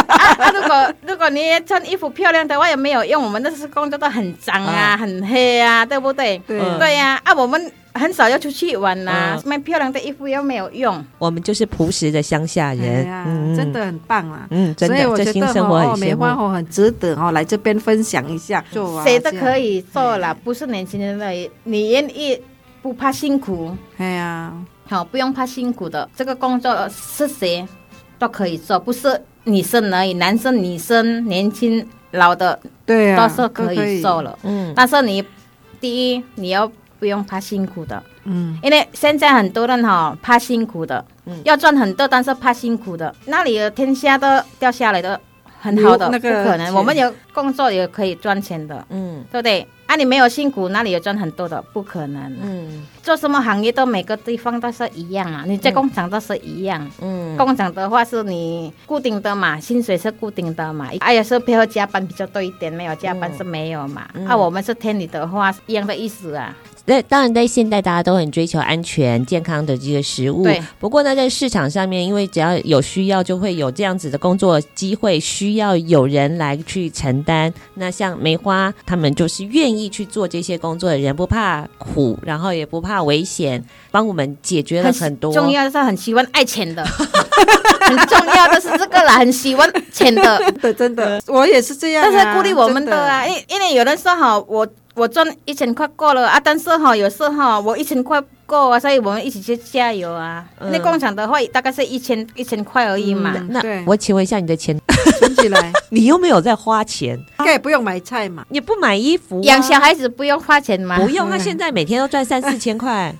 [SPEAKER 3] 啊，如果如果你也穿衣服漂亮的话，也没有用，我们那是工作都很脏啊，
[SPEAKER 1] 啊
[SPEAKER 3] 很黑啊，对不对？
[SPEAKER 2] 对
[SPEAKER 1] 嗯
[SPEAKER 3] 对呀、啊，我们很少要出去玩呐、啊，
[SPEAKER 1] 嗯
[SPEAKER 3] 卖漂亮的衣服又没有用。
[SPEAKER 1] 我们就是朴实的乡下
[SPEAKER 2] 哎
[SPEAKER 1] 人，
[SPEAKER 2] 呀
[SPEAKER 1] 嗯，
[SPEAKER 2] 真，的很棒啊！
[SPEAKER 1] 嗯，真
[SPEAKER 2] 所以我
[SPEAKER 1] 的，
[SPEAKER 2] 觉
[SPEAKER 1] 这新
[SPEAKER 2] 得
[SPEAKER 1] 生活很
[SPEAKER 2] 哦，梅
[SPEAKER 1] 羡
[SPEAKER 2] 花
[SPEAKER 1] 慕。嗯
[SPEAKER 2] 哦很值得哦，来这边分享一下，做啊，
[SPEAKER 3] 谁都可
[SPEAKER 2] 以。
[SPEAKER 3] 以做啦，不是年轻人而已。你愿意不怕辛苦，
[SPEAKER 2] 哎呀，
[SPEAKER 3] 好，不用怕辛苦的。这个工作是谁都可以做，不是女生而已，男生、女生、年轻、老的
[SPEAKER 2] 对啊，
[SPEAKER 3] 都是可以做了。
[SPEAKER 1] 嗯，
[SPEAKER 3] 但是你第一，你要不用怕辛苦的，
[SPEAKER 2] 嗯，
[SPEAKER 3] 因为现在很多人哈、怕辛苦的，
[SPEAKER 1] 嗯
[SPEAKER 3] 要赚很多，但是怕辛苦的，那里的天下都掉下来的很好的，
[SPEAKER 2] 有那个
[SPEAKER 3] 不可能。
[SPEAKER 2] 钱
[SPEAKER 3] 我们有工作也可以赚钱的。
[SPEAKER 1] 嗯
[SPEAKER 3] 对不对？啊，你没有辛苦，哪里有赚很多的？不可能。
[SPEAKER 1] 嗯
[SPEAKER 3] 做什么行业都每个地方都是一样啊，你在工厂都是一样。
[SPEAKER 1] 嗯，
[SPEAKER 3] 工厂的话是你固定的嘛，薪水是固定的嘛，啊，有时候配合加班比较多一点，没有加班
[SPEAKER 1] 嗯
[SPEAKER 3] 是没有嘛。
[SPEAKER 1] 嗯
[SPEAKER 3] 啊，我们是天理的话是一样的意思啊。
[SPEAKER 1] 那当然，在现代大家都很追求安全、健康的这个食物
[SPEAKER 3] 对。
[SPEAKER 1] 不过呢，在市场上面，因为只要有需要，就会有这样子的工作机会，需要有人来去承担。那像梅花他们就是愿意去做这些工作的人，不怕苦，然后也不怕危险，帮我们解决了很多。
[SPEAKER 3] 重要的是很喜欢爱钱的， 很重要的是这个啦，很喜欢钱的。
[SPEAKER 2] 真的真的，我也是这样啊。
[SPEAKER 3] 但是鼓励我们的啊，
[SPEAKER 2] 真
[SPEAKER 3] 因因为有人说哈，我我赚一千块够了啊，但是哈，有时候哈我一千块不够啊，所以我们一起去加油啊。
[SPEAKER 1] 嗯
[SPEAKER 3] 那工厂的话大概是一千一千块而已嘛。
[SPEAKER 2] 嗯
[SPEAKER 1] 那
[SPEAKER 2] 对
[SPEAKER 1] 我请问一下你的钱，
[SPEAKER 2] 的存起来，
[SPEAKER 1] 你又没有在花钱，
[SPEAKER 2] 应该也不用买菜嘛。
[SPEAKER 1] 你不买衣服、啊
[SPEAKER 3] 养小。孩子啊嗯不用花钱嘛，
[SPEAKER 1] 不用，他现在每天都赚三四千 块，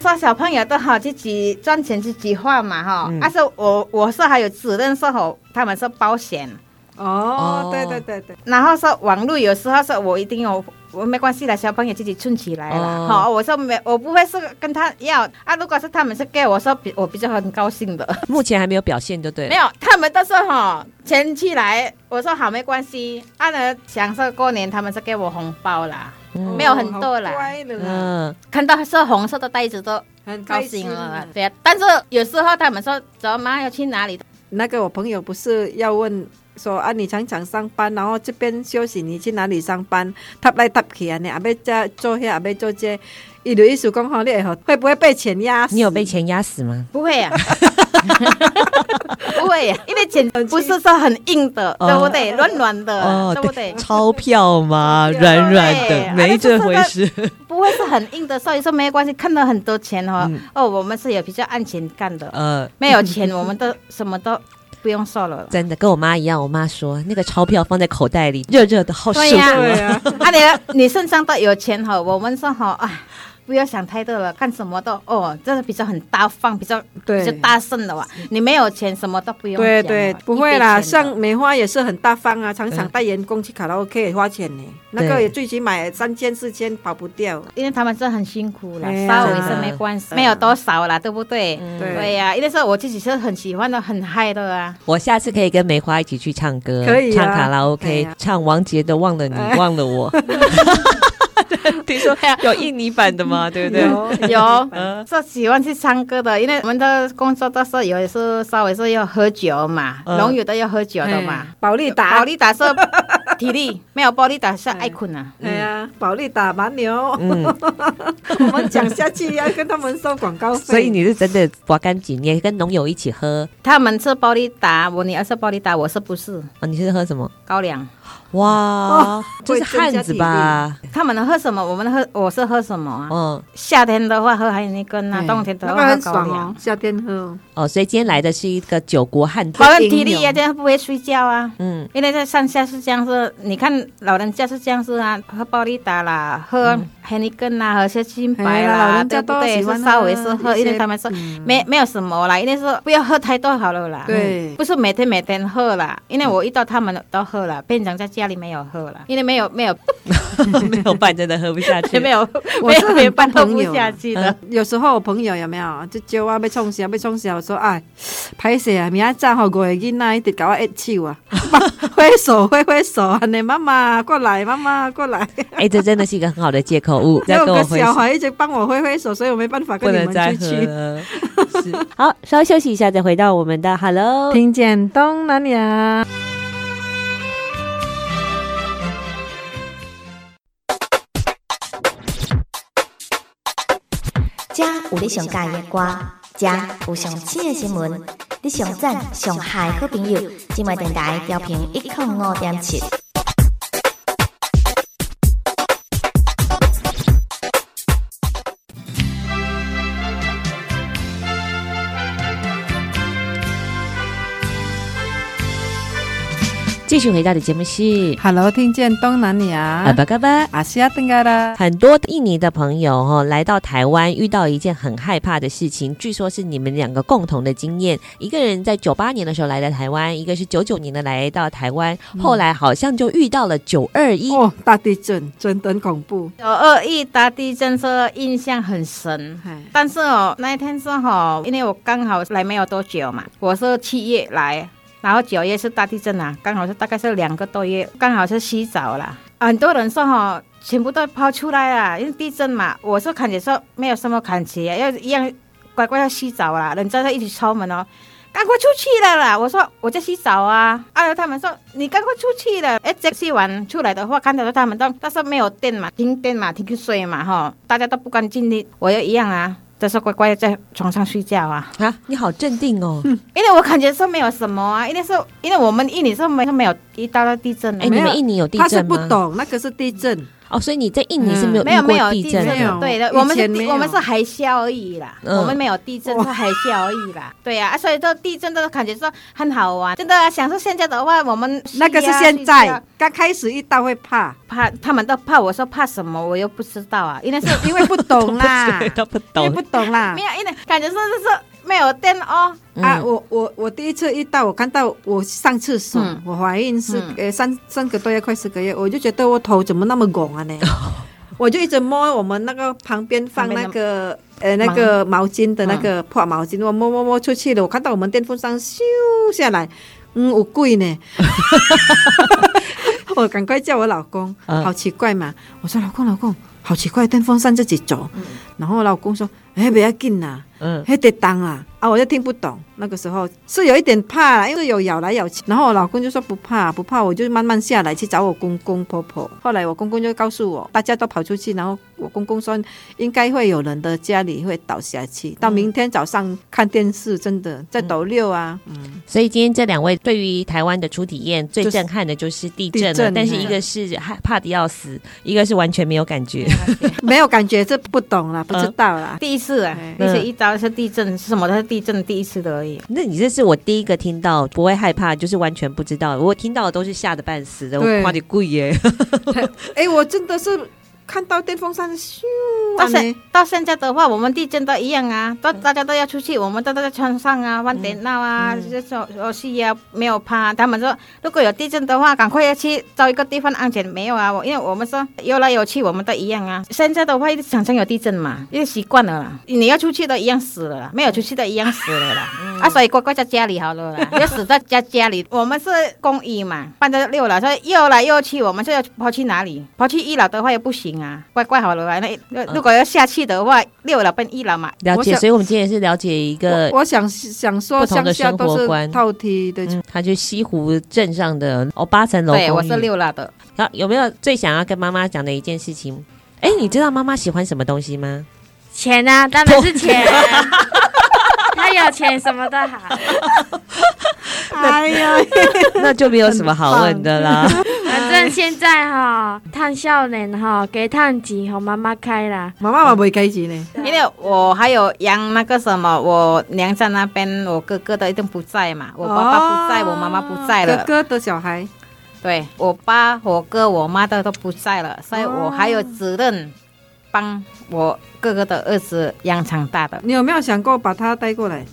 [SPEAKER 3] 说小朋友都好自己赚钱自己花嘛哈。
[SPEAKER 1] 嗯
[SPEAKER 3] 但、是我我是还有指认说吼，他们是保险，
[SPEAKER 2] 哦
[SPEAKER 1] 哦，
[SPEAKER 2] 对对对对，
[SPEAKER 3] 然后说网络有时候说我一定有。我没关系啦，小朋友自己存起来了。
[SPEAKER 1] 哦
[SPEAKER 3] 好、我说没，我不会是跟他要啊。如果是他们是给我说比，我比较很高兴的。
[SPEAKER 1] 目前还没有表现，就对了
[SPEAKER 3] 没。有，他们都说哈，钱寄来，我说好没关系。啊呢，享受过年他们是给我红包啦，
[SPEAKER 1] 嗯
[SPEAKER 3] 没有很多啦
[SPEAKER 2] 哦好乖的啦，
[SPEAKER 1] 嗯，
[SPEAKER 3] 看到是红色的袋子都
[SPEAKER 2] 很
[SPEAKER 3] 高
[SPEAKER 2] 开心
[SPEAKER 3] 兴了
[SPEAKER 2] 啊。。
[SPEAKER 3] 对啊，但是有时候他们说走妈要去哪里，
[SPEAKER 2] 那个我朋友不是要问说啊，你常常上班，然后这边休息，你去哪里上班？搭来搭去啊，你阿要这做遐，阿要做这，伊就意思讲吼，你会好会不会被钱压死？啊
[SPEAKER 1] 你有被钱压死吗？
[SPEAKER 3] 不会呀、啊 不会呀、因为钱不是说很硬的，
[SPEAKER 1] 哦
[SPEAKER 3] 对不对？软软的，
[SPEAKER 1] 哦
[SPEAKER 3] 对不对？
[SPEAKER 1] 钞票 嘛，
[SPEAKER 3] 对
[SPEAKER 1] 软软
[SPEAKER 3] 对
[SPEAKER 1] 的，没这回事。
[SPEAKER 3] 不会是很硬的，所以说没关系。看到很多钱哦，
[SPEAKER 1] 嗯
[SPEAKER 3] 哦，我们是有比较按钱干 的，
[SPEAKER 1] 呃，
[SPEAKER 3] 没有钱我们都什么都不用说了。
[SPEAKER 1] 真的跟我妈一样，我妈说那个钞票放在口袋里，热热的，好舒
[SPEAKER 3] 对
[SPEAKER 1] 服
[SPEAKER 3] 呀、
[SPEAKER 1] 啊。
[SPEAKER 3] 啊，你你身上都有钱哈，我们说哈啊，不要想太多了，干什么都哦，真的比较很大方，比较比较
[SPEAKER 2] 对。
[SPEAKER 3] 大声的哇。你没有钱，什么都不用
[SPEAKER 2] 对
[SPEAKER 3] 讲
[SPEAKER 2] 对
[SPEAKER 3] 了，
[SPEAKER 2] 不会啦，
[SPEAKER 3] 一杯钱的
[SPEAKER 2] 像梅花也是很大方啊，常常带员工去卡拉 OK 也花钱呢，那个也最起码三千四千跑不掉。
[SPEAKER 3] 因为他们是很辛苦啦
[SPEAKER 2] 哎，呀
[SPEAKER 3] 稍微是没关系，
[SPEAKER 2] 真的
[SPEAKER 3] 没有多少啦，对不对？对
[SPEAKER 2] 对，
[SPEAKER 3] 呀、因为是我自己是很喜欢的，很嗨的啊。
[SPEAKER 1] 我下次可以跟梅花一起去唱歌，
[SPEAKER 2] 可以啊
[SPEAKER 1] 唱卡拉
[SPEAKER 2] 对
[SPEAKER 1] OK，、
[SPEAKER 2] 呀
[SPEAKER 1] 唱王杰的《忘了你，忘了我》。听说有印尼版的吗？对不对？
[SPEAKER 2] 有
[SPEAKER 3] 有
[SPEAKER 1] 嗯
[SPEAKER 3] 是喜欢去唱歌的，因为我们的工作都是有时候稍微是要喝酒嘛，
[SPEAKER 1] 嗯
[SPEAKER 3] 龙友都要喝酒的嘛。
[SPEAKER 2] 哎保利达，
[SPEAKER 3] 保利达是体力，没有保利达是爱困啊。
[SPEAKER 2] 对呀，保利达蛮牛。
[SPEAKER 1] 嗯，
[SPEAKER 2] 我们讲下去要跟他们收广告费，
[SPEAKER 1] 所以你是真的刮干净，你也跟农友一起喝
[SPEAKER 3] 他们吃保利达，我女儿是保利达，我是不是
[SPEAKER 1] 哦？你是喝什么？
[SPEAKER 3] 高粱？
[SPEAKER 1] 哇，这
[SPEAKER 2] 会
[SPEAKER 1] 是
[SPEAKER 2] 增加
[SPEAKER 1] 汉子
[SPEAKER 2] 体力
[SPEAKER 1] 吧？
[SPEAKER 3] 他们能喝什么，我们喝我是喝什么啊？
[SPEAKER 1] 嗯，
[SPEAKER 3] 夏天的话喝海尼根啊，
[SPEAKER 1] 对
[SPEAKER 3] 冬天的
[SPEAKER 2] 哦那
[SPEAKER 3] 话
[SPEAKER 2] 个
[SPEAKER 3] 喝
[SPEAKER 2] 很
[SPEAKER 3] 高
[SPEAKER 2] 爽
[SPEAKER 3] 粱
[SPEAKER 2] 哦，，夏天喝哦。
[SPEAKER 1] 哦，所以今天来的是一个九国汉子
[SPEAKER 3] 好，像
[SPEAKER 2] 营
[SPEAKER 3] 体力
[SPEAKER 2] 养
[SPEAKER 3] 也这样不会睡觉啊。
[SPEAKER 1] 嗯，
[SPEAKER 3] 因为在上下是这样子，你看老人家是这样子啊，喝暴力达啦，喝黑尼根啦，喝些清
[SPEAKER 2] 嗯哎
[SPEAKER 3] 白
[SPEAKER 2] 呀老
[SPEAKER 3] 啦，
[SPEAKER 2] 人
[SPEAKER 3] 对
[SPEAKER 2] 家
[SPEAKER 3] 不
[SPEAKER 2] 都
[SPEAKER 3] 对？
[SPEAKER 2] 喜欢
[SPEAKER 3] 是稍微是
[SPEAKER 2] 喝
[SPEAKER 3] 喝，
[SPEAKER 2] 一
[SPEAKER 3] 因为
[SPEAKER 2] 些
[SPEAKER 3] 他们说
[SPEAKER 2] 嗯
[SPEAKER 3] 没没有什么啦，因为是不要喝太多好了啦。
[SPEAKER 2] 对嗯
[SPEAKER 3] 不是每天每天喝啦，因为我遇到他们都喝了，变成在家里没有喝了，因为没有没有
[SPEAKER 1] 没有饭真的喝不下 去，
[SPEAKER 3] 没有
[SPEAKER 2] 我
[SPEAKER 3] 没
[SPEAKER 2] 是
[SPEAKER 3] 有
[SPEAKER 2] 很
[SPEAKER 3] 没办
[SPEAKER 2] 多
[SPEAKER 3] 喝
[SPEAKER 2] 朋
[SPEAKER 3] 不
[SPEAKER 2] 友
[SPEAKER 3] 下
[SPEAKER 2] 啊
[SPEAKER 3] 去的。
[SPEAKER 2] 有时候我朋友有没有就招啊，被冲小，被冲小，说哎，歹势啊，明仔早吼五个囡仔一直搞我一手啊，挥手挥挥手 啊，你妈妈过来，妈妈过来，
[SPEAKER 1] 哎，这真的是一个很好的借口 物，
[SPEAKER 2] 有
[SPEAKER 1] 要跟
[SPEAKER 2] 个
[SPEAKER 1] 我回
[SPEAKER 2] 小孩一直帮我挥挥手，所以我没办法
[SPEAKER 1] 不
[SPEAKER 2] 跟你
[SPEAKER 1] 能再
[SPEAKER 2] 们出
[SPEAKER 1] 喝
[SPEAKER 2] 去。
[SPEAKER 1] 了。是，好，稍微休息一下，再回到我们的 Hello。
[SPEAKER 6] 听见东南亚。
[SPEAKER 7] 遮有你上喜欢的歌，遮有上新的新闻，你上赞上嗨好朋友，今麦电台调频一点五点七。
[SPEAKER 1] 继续回到的节目是
[SPEAKER 2] Hello，听见东南
[SPEAKER 1] 阿
[SPEAKER 2] 亚，
[SPEAKER 1] 巴嘎巴。
[SPEAKER 2] 阿西亚登嘎啊啦，
[SPEAKER 1] 啊很多印尼的朋友哦，来到台湾遇到一件很害怕的事情，据说是你们两个共同的经验。一个人在九八年的时候来到台湾，一个是九九年的来到台湾，后来好像就遇到了九二一。
[SPEAKER 2] 哦，大地震真的很恐怖，
[SPEAKER 3] 有恶意打地震是印象很深。
[SPEAKER 2] 哎，
[SPEAKER 3] 但是哦，那一天是哦，因为我刚好来没有多久嘛，我是七月来，然后九月是大地震啊，刚好是大概是两个多月，刚好是洗澡啦。很多人说哈、哦，全部都抛出来啦，因为地震嘛，我是感觉说没有什么感觉，要一样乖乖要洗澡啦，人家在一起敲门哦。赶快出去了啦！我说我在洗澡啊，啊，他们说你赶快出去了。哎，这洗完出来的话，看到他们都，但是没有电嘛，停电嘛，停水嘛，哈，大家都不干净的，我也一样啊，就是乖乖在床上睡觉啊。
[SPEAKER 1] 啊，你好镇定 哦！
[SPEAKER 3] 因为我感觉说没有什么啊，因为是因为我们印尼是没没有遇到到地震的啊
[SPEAKER 1] 哎，你
[SPEAKER 2] 没有
[SPEAKER 1] 们印尼有地
[SPEAKER 2] 他是
[SPEAKER 1] 震
[SPEAKER 2] 不
[SPEAKER 1] 吗？
[SPEAKER 2] 懂，那个是地震，
[SPEAKER 1] 哦，所以你在印尼是没有
[SPEAKER 3] 没有
[SPEAKER 1] 遇
[SPEAKER 3] 没有啊
[SPEAKER 1] 过地震
[SPEAKER 2] 没嗯有
[SPEAKER 1] 的。
[SPEAKER 3] 对的，
[SPEAKER 2] 以
[SPEAKER 3] 我们是
[SPEAKER 2] 前
[SPEAKER 3] 地
[SPEAKER 2] 没有
[SPEAKER 3] 我们是海啸而已啦，
[SPEAKER 1] 嗯
[SPEAKER 3] 我们没有地震，是海啸而已啦。对呀、啊，所以这地震都感觉说很好玩，真的、啊。想说现在的话，我们
[SPEAKER 2] 那个是
[SPEAKER 3] 睡啊
[SPEAKER 2] 现
[SPEAKER 3] 睡觉
[SPEAKER 2] 在，刚开始遇到会怕，
[SPEAKER 3] 怕他们都怕，我说怕什么，我又不知道啊，因 为是
[SPEAKER 2] 因为不懂 啦，
[SPEAKER 1] 对，都不
[SPEAKER 2] 因为
[SPEAKER 1] 懂
[SPEAKER 2] 不懂啦
[SPEAKER 3] 没。有，因为感觉说就是没有电哦，
[SPEAKER 2] 啊，
[SPEAKER 1] 嗯
[SPEAKER 2] 我我我第一次遇到，我看到我上厕所，
[SPEAKER 3] 嗯
[SPEAKER 2] 我怀孕是
[SPEAKER 3] 嗯
[SPEAKER 2] 呃三三个多月，快四个月，我就觉得我头怎么那么拱啊 呢？我就一直摸我们那个旁边放
[SPEAKER 3] 旁边
[SPEAKER 2] 那
[SPEAKER 3] 的
[SPEAKER 2] 个呃那个毛巾的那个
[SPEAKER 1] 嗯
[SPEAKER 2] 破毛巾，我摸摸摸出去了，我看到我们电风扇咻下来，嗯，我 贵呢。我赶快叫我老公，
[SPEAKER 1] 嗯
[SPEAKER 2] 好奇怪嘛！我说老公老公，好奇怪，电风扇自己走。然后我老公说，哎，不要紧啦、
[SPEAKER 1] 嗯，
[SPEAKER 2] 还得当啊啊！我就听不懂，那个时候是有一点怕啦，因为有咬来咬去。然后我老公就说不怕不怕，我就慢慢下来去找我公公婆婆。后来我公公就告诉我，大家都跑出去，然后我公公说应该会有人的家里会倒下去，
[SPEAKER 3] 嗯
[SPEAKER 2] 到明天早上看电视，真的在抖六啊，
[SPEAKER 3] 嗯
[SPEAKER 1] 嗯所以今天这两位对于台湾的初体验最
[SPEAKER 2] 就是
[SPEAKER 1] 震撼的就是地震了，
[SPEAKER 2] 地震
[SPEAKER 1] 但是
[SPEAKER 2] 嗯
[SPEAKER 1] 一个是害怕的要死，一个是完全没有感觉。
[SPEAKER 2] 嗯没有感觉，这不懂
[SPEAKER 3] 嗯
[SPEAKER 2] 啦，不知道啦。
[SPEAKER 3] 第一次啊，
[SPEAKER 2] 哎
[SPEAKER 3] 第一次遇到是地震，是什么都是地震，第一次的而已。
[SPEAKER 1] 那你这是我第一个听到不会害怕，就是完全不知道。我听到的都是吓得半死的，我
[SPEAKER 2] 对
[SPEAKER 1] 夸你贵 耶！
[SPEAKER 2] 哎，我真的是看到电风扇咻啊
[SPEAKER 3] 嗯到
[SPEAKER 2] 呢
[SPEAKER 3] 现，到现在的话，我们地震都一样啊，都大家都要出去，我们都在船上啊，玩电脑啊，这种游戏啊，没有怕。他们说如果有地震的话，赶快要去找一个地方安全。没有啊，我因为我们说游来游去，我们都一样啊。现在的话，常常有地震嘛，因为习惯了啦。你要出去的一样死了啦，没有出去的一样死了啦。啊，所以乖乖在家里好 了啦，要死在家家里。我们是公寓嘛，搬到六楼，所以又来又去，我们是要跑去哪里？跑去一楼的话也不行啊，乖乖好了啦。那那如果要下去的话，六楼奔一楼嘛。
[SPEAKER 1] 嗯了
[SPEAKER 2] 我
[SPEAKER 1] 解，
[SPEAKER 2] 想
[SPEAKER 1] 所以我们今天也是了解一个
[SPEAKER 2] 我，我想想说，
[SPEAKER 1] 不同的
[SPEAKER 2] 乡下
[SPEAKER 1] 生活
[SPEAKER 2] 都
[SPEAKER 1] 观
[SPEAKER 2] 是套梯的，
[SPEAKER 1] 嗯，他就西湖镇上的哦八层楼
[SPEAKER 3] 对，我
[SPEAKER 1] 公
[SPEAKER 3] 是
[SPEAKER 1] 寓。
[SPEAKER 3] 六楼的。
[SPEAKER 1] 好，有没有最想要跟妈妈讲的一件事情？哎，你知道妈妈喜欢什么东西 吗？
[SPEAKER 4] 钱啊，当然是钱。啊 他有钱什么都好，
[SPEAKER 2] 哎呀，
[SPEAKER 1] 那就没有什么好问的啦。
[SPEAKER 4] 反正正现在哈，趁少年哈，给趁钱，给妈妈开啦。
[SPEAKER 2] 妈妈嘛不会开钱呢，
[SPEAKER 3] 因为我还有养那个什么，我娘家那边我哥哥的一定不在嘛，我爸爸不在，
[SPEAKER 2] 哦
[SPEAKER 3] 我妈妈不在
[SPEAKER 2] 哥
[SPEAKER 3] 了，
[SPEAKER 2] 哥的小孩
[SPEAKER 3] 对我爸、我哥、我妈的都不在了，所以我还有
[SPEAKER 1] 哦
[SPEAKER 3] 责任帮我哥哥的儿子养长大的，
[SPEAKER 2] 你有没有想过把他带过来？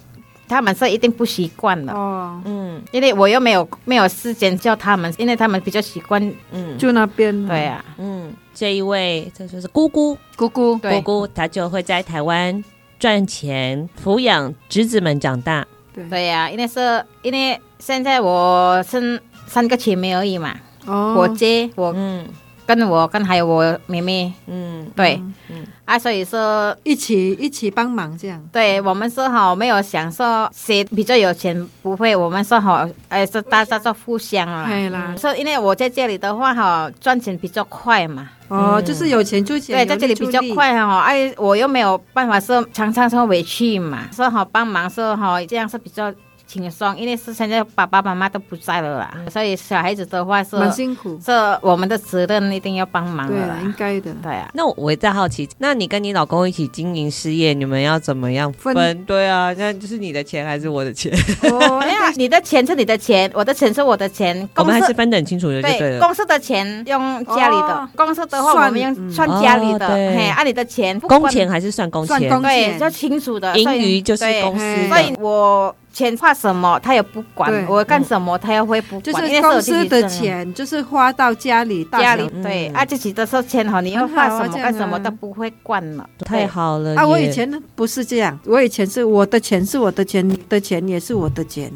[SPEAKER 3] 他们是一定不习惯的，
[SPEAKER 2] 哦，
[SPEAKER 1] 嗯
[SPEAKER 3] 因为我又没有没有时间教他们，因为他们比较习惯，
[SPEAKER 1] 嗯
[SPEAKER 2] 就那边啊
[SPEAKER 3] 对啊呀、
[SPEAKER 1] 嗯，这一位这就是姑姑，
[SPEAKER 2] 姑姑
[SPEAKER 3] 对
[SPEAKER 1] 姑姑她就会在台湾赚钱，抚养侄子们长大。
[SPEAKER 3] 对呀、因为是因为现在我剩三个姐妹而已嘛，
[SPEAKER 2] 哦，
[SPEAKER 3] 我姐我
[SPEAKER 1] 嗯
[SPEAKER 3] 跟我跟还有我妹妹，
[SPEAKER 1] 嗯
[SPEAKER 3] 对，啊，所以说
[SPEAKER 2] 一起一起帮忙这样。
[SPEAKER 3] 对我们说好没有想说谁比较有钱不会，我们说好，哎，是大家做互相了啦。
[SPEAKER 2] 对啦，
[SPEAKER 3] 说因为我在这里的话哈，赚钱比较快嘛，
[SPEAKER 2] 哦，就是有钱出钱，
[SPEAKER 3] 嗯对，在这里比较快哈，哎，我又没有办法说常常说委屈嘛，说好帮忙说好，这样是比较轻松，因为是现在爸爸妈妈都不在了啦，
[SPEAKER 1] 嗯
[SPEAKER 3] 所以小孩子的话是
[SPEAKER 2] 蛮辛苦。
[SPEAKER 3] 这我们的责任一定要帮忙
[SPEAKER 2] 对
[SPEAKER 3] 了
[SPEAKER 2] 啦，应
[SPEAKER 3] 啦，
[SPEAKER 2] 该 的。
[SPEAKER 3] 对啊。
[SPEAKER 1] 那我在好奇，那你跟你老公一起经营事业，你们要怎么样分？
[SPEAKER 2] 分
[SPEAKER 1] 对啊，那就是你的钱还是我的钱？
[SPEAKER 3] 哦，哎呀，你的钱是你的钱，我的钱是我的钱，
[SPEAKER 1] 我们
[SPEAKER 3] 公
[SPEAKER 1] 还是
[SPEAKER 3] 司
[SPEAKER 1] 分得很清楚的就对
[SPEAKER 3] 对
[SPEAKER 1] 了。
[SPEAKER 3] 公司的钱用家里的
[SPEAKER 2] 哦，
[SPEAKER 3] 公司的话
[SPEAKER 2] 算
[SPEAKER 3] 我们用
[SPEAKER 2] 嗯
[SPEAKER 3] 算家里的，
[SPEAKER 1] 哦对
[SPEAKER 3] 嘿，啊按你的钱，不
[SPEAKER 1] 工
[SPEAKER 3] 管
[SPEAKER 1] 钱还是算工
[SPEAKER 2] 算
[SPEAKER 1] 钱？
[SPEAKER 2] 工
[SPEAKER 3] 对，
[SPEAKER 2] 钱
[SPEAKER 3] 要清楚的，
[SPEAKER 1] 盈
[SPEAKER 3] 所以
[SPEAKER 1] 余就是
[SPEAKER 3] 对
[SPEAKER 1] 公司
[SPEAKER 2] 嘿
[SPEAKER 3] 所
[SPEAKER 1] 的
[SPEAKER 3] 以。我钱花什么，他也不管
[SPEAKER 2] 对；
[SPEAKER 3] 我干什么，他也会不
[SPEAKER 2] 就
[SPEAKER 3] 管。因为
[SPEAKER 2] 是
[SPEAKER 3] 我
[SPEAKER 2] 公
[SPEAKER 3] 自己
[SPEAKER 2] 司的
[SPEAKER 3] 挣
[SPEAKER 2] 钱，就是花到家里大
[SPEAKER 3] 家
[SPEAKER 2] 小
[SPEAKER 3] 里对
[SPEAKER 1] 嗯
[SPEAKER 3] 啊，自己的时候钱哈，你要
[SPEAKER 2] 很好啊
[SPEAKER 3] 花什么
[SPEAKER 2] 这样
[SPEAKER 3] 干什么
[SPEAKER 2] 啊
[SPEAKER 3] 都不会惯了。
[SPEAKER 1] 太
[SPEAKER 3] 对，
[SPEAKER 1] 好了
[SPEAKER 2] 啊，我
[SPEAKER 1] 耶
[SPEAKER 2] 以前不是这样，我以前是我的钱是我的钱，你的钱也是我的 钱。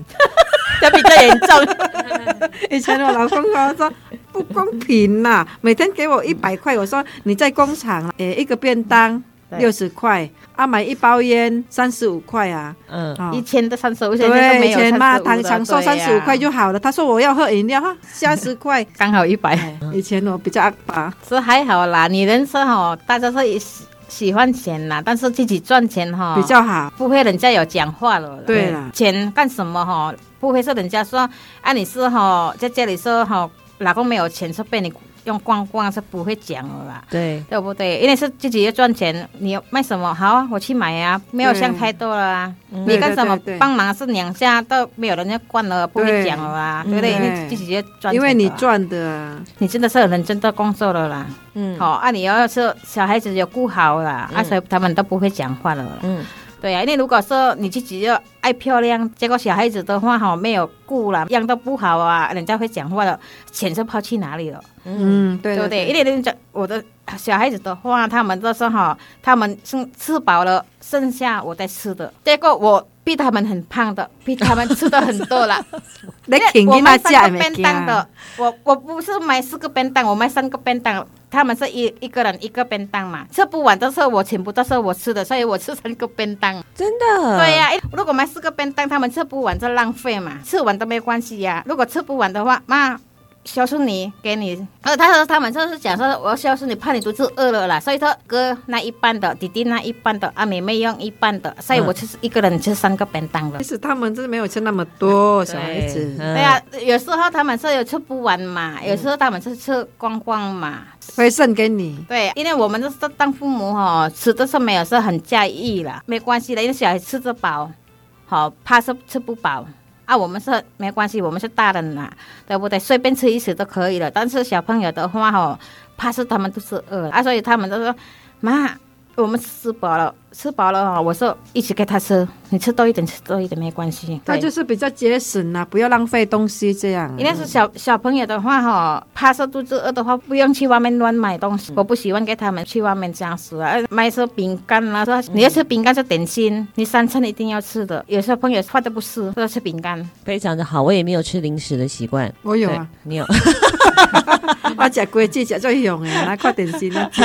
[SPEAKER 3] 这比较严重。
[SPEAKER 2] 以前我老公跟我说不公平呐、每天给
[SPEAKER 3] 嗯
[SPEAKER 2] 我一百块，我说你在工厂，诶、一个便当
[SPEAKER 3] 对
[SPEAKER 2] 六十块，啊，买一包烟三十五块啊，
[SPEAKER 1] 嗯，
[SPEAKER 2] 哦
[SPEAKER 3] 以前的三十五，现在都
[SPEAKER 2] 对，
[SPEAKER 3] 没
[SPEAKER 2] 以
[SPEAKER 3] 有
[SPEAKER 2] 前嘛，
[SPEAKER 3] 35
[SPEAKER 2] 糖
[SPEAKER 3] 的
[SPEAKER 2] 想收三
[SPEAKER 3] 对呀啊
[SPEAKER 2] 十五块就好了。他说我要喝饮料 哈，三十块。
[SPEAKER 3] 刚好一百。
[SPEAKER 2] 哎以前我比较阿巴，
[SPEAKER 3] 是还好啦，女人说吼，大家是喜喜欢钱啦，但是自己赚钱哈
[SPEAKER 2] 比较好。
[SPEAKER 3] 不会人家有讲话了啦。
[SPEAKER 2] 对啦
[SPEAKER 3] 钱干什么哈？不会是人家说啊，你是哈在家里说哈，老公没有钱是被你用光光是不会讲了啦。
[SPEAKER 1] 对，
[SPEAKER 3] 对不对？因为是自己要赚钱，你卖什么好啊？我去买啊，没有想太多了啊。你干什么
[SPEAKER 2] 嗯对对对对
[SPEAKER 3] 帮忙是两下都没有人家惯了，不会讲了啊，对不
[SPEAKER 2] 嗯
[SPEAKER 3] 对？因
[SPEAKER 2] 对
[SPEAKER 3] 为自己要赚钱的啊，
[SPEAKER 2] 因为你赚的啊，
[SPEAKER 3] 你真的是很认真的工作了啦。
[SPEAKER 1] 嗯，
[SPEAKER 3] 好、啊，你要是小孩子有顾好啦，啊，所以他们都不会讲话了啦。
[SPEAKER 1] 嗯，
[SPEAKER 3] 对啊，因为如果说你自己要爱漂亮，结果小孩子的话哈、没有顾啦，样都不好啊，人家会讲话了，钱就抛去哪里了，
[SPEAKER 2] 嗯，对
[SPEAKER 3] 对
[SPEAKER 2] 了
[SPEAKER 3] 不对？因为人家我的小孩子的话，他们都说哈、他们剩吃饱了，剩下我再吃的，结果我。比他们很胖的，比他们吃的很多啦。
[SPEAKER 2] 你
[SPEAKER 3] 因
[SPEAKER 2] 请
[SPEAKER 3] 为我
[SPEAKER 2] 你那
[SPEAKER 3] 买
[SPEAKER 2] 家
[SPEAKER 3] 三
[SPEAKER 2] 没
[SPEAKER 3] 个便当的，我我不是买四个便当，我买三个便当。他们是一一个人一个便当嘛，吃不完都是我全部都是我吃的，所以我吃三个便当。
[SPEAKER 1] 真的。
[SPEAKER 3] 对呀、诶如果买四个便当，他们吃不完就浪费嘛，吃完都没关系呀、如果吃不完的话，妈。孝顺你，给你。呃，他说他们就是讲说，我孝顺你，怕你肚子饿了啦，所以说哥那一半的，弟弟那一半的，啊妹妹用一半的，所以我就是一个人吃三个便当了
[SPEAKER 2] 其。实他们真的没有吃那么多小孩
[SPEAKER 1] 对
[SPEAKER 2] 子，
[SPEAKER 1] 嗯
[SPEAKER 3] 对啊，有时候他们是有吃不完嘛，
[SPEAKER 2] 嗯
[SPEAKER 3] 有时候他们是吃光光嘛。
[SPEAKER 2] 会剩给你。
[SPEAKER 3] 对，因为我们就是当父母哈、吃的是没有是很在意啦，没关系的，因为小孩吃得饱，好、怕是吃不饱啊。我们是没关系，我们是大人啦，对不对？随便吃一吃都可以了。但是小朋友的话哈、怕是他们都是饿了啊，所以他们都说妈。我们吃饱了，吃饱了哈、我说一起给他吃，你吃多一点，吃多一点没关系。
[SPEAKER 2] 他
[SPEAKER 3] 对
[SPEAKER 2] 就是比较节省啦、不要浪费东西这样啊。
[SPEAKER 3] 应该是小小朋友的话哈、怕是肚子饿的话，不用去外面乱买东西。我不喜欢给他们去外面这样吃啊，呃买些饼干啦，说你要吃饼干就点心，你三餐一定要吃的。有些朋友饭都不吃，都要吃饼干。
[SPEAKER 1] 非常的好，我也没有吃零食的习惯。
[SPEAKER 2] 我有啊，
[SPEAKER 1] 对，你有，
[SPEAKER 2] 我食果子食最 用的，拿看电视那食。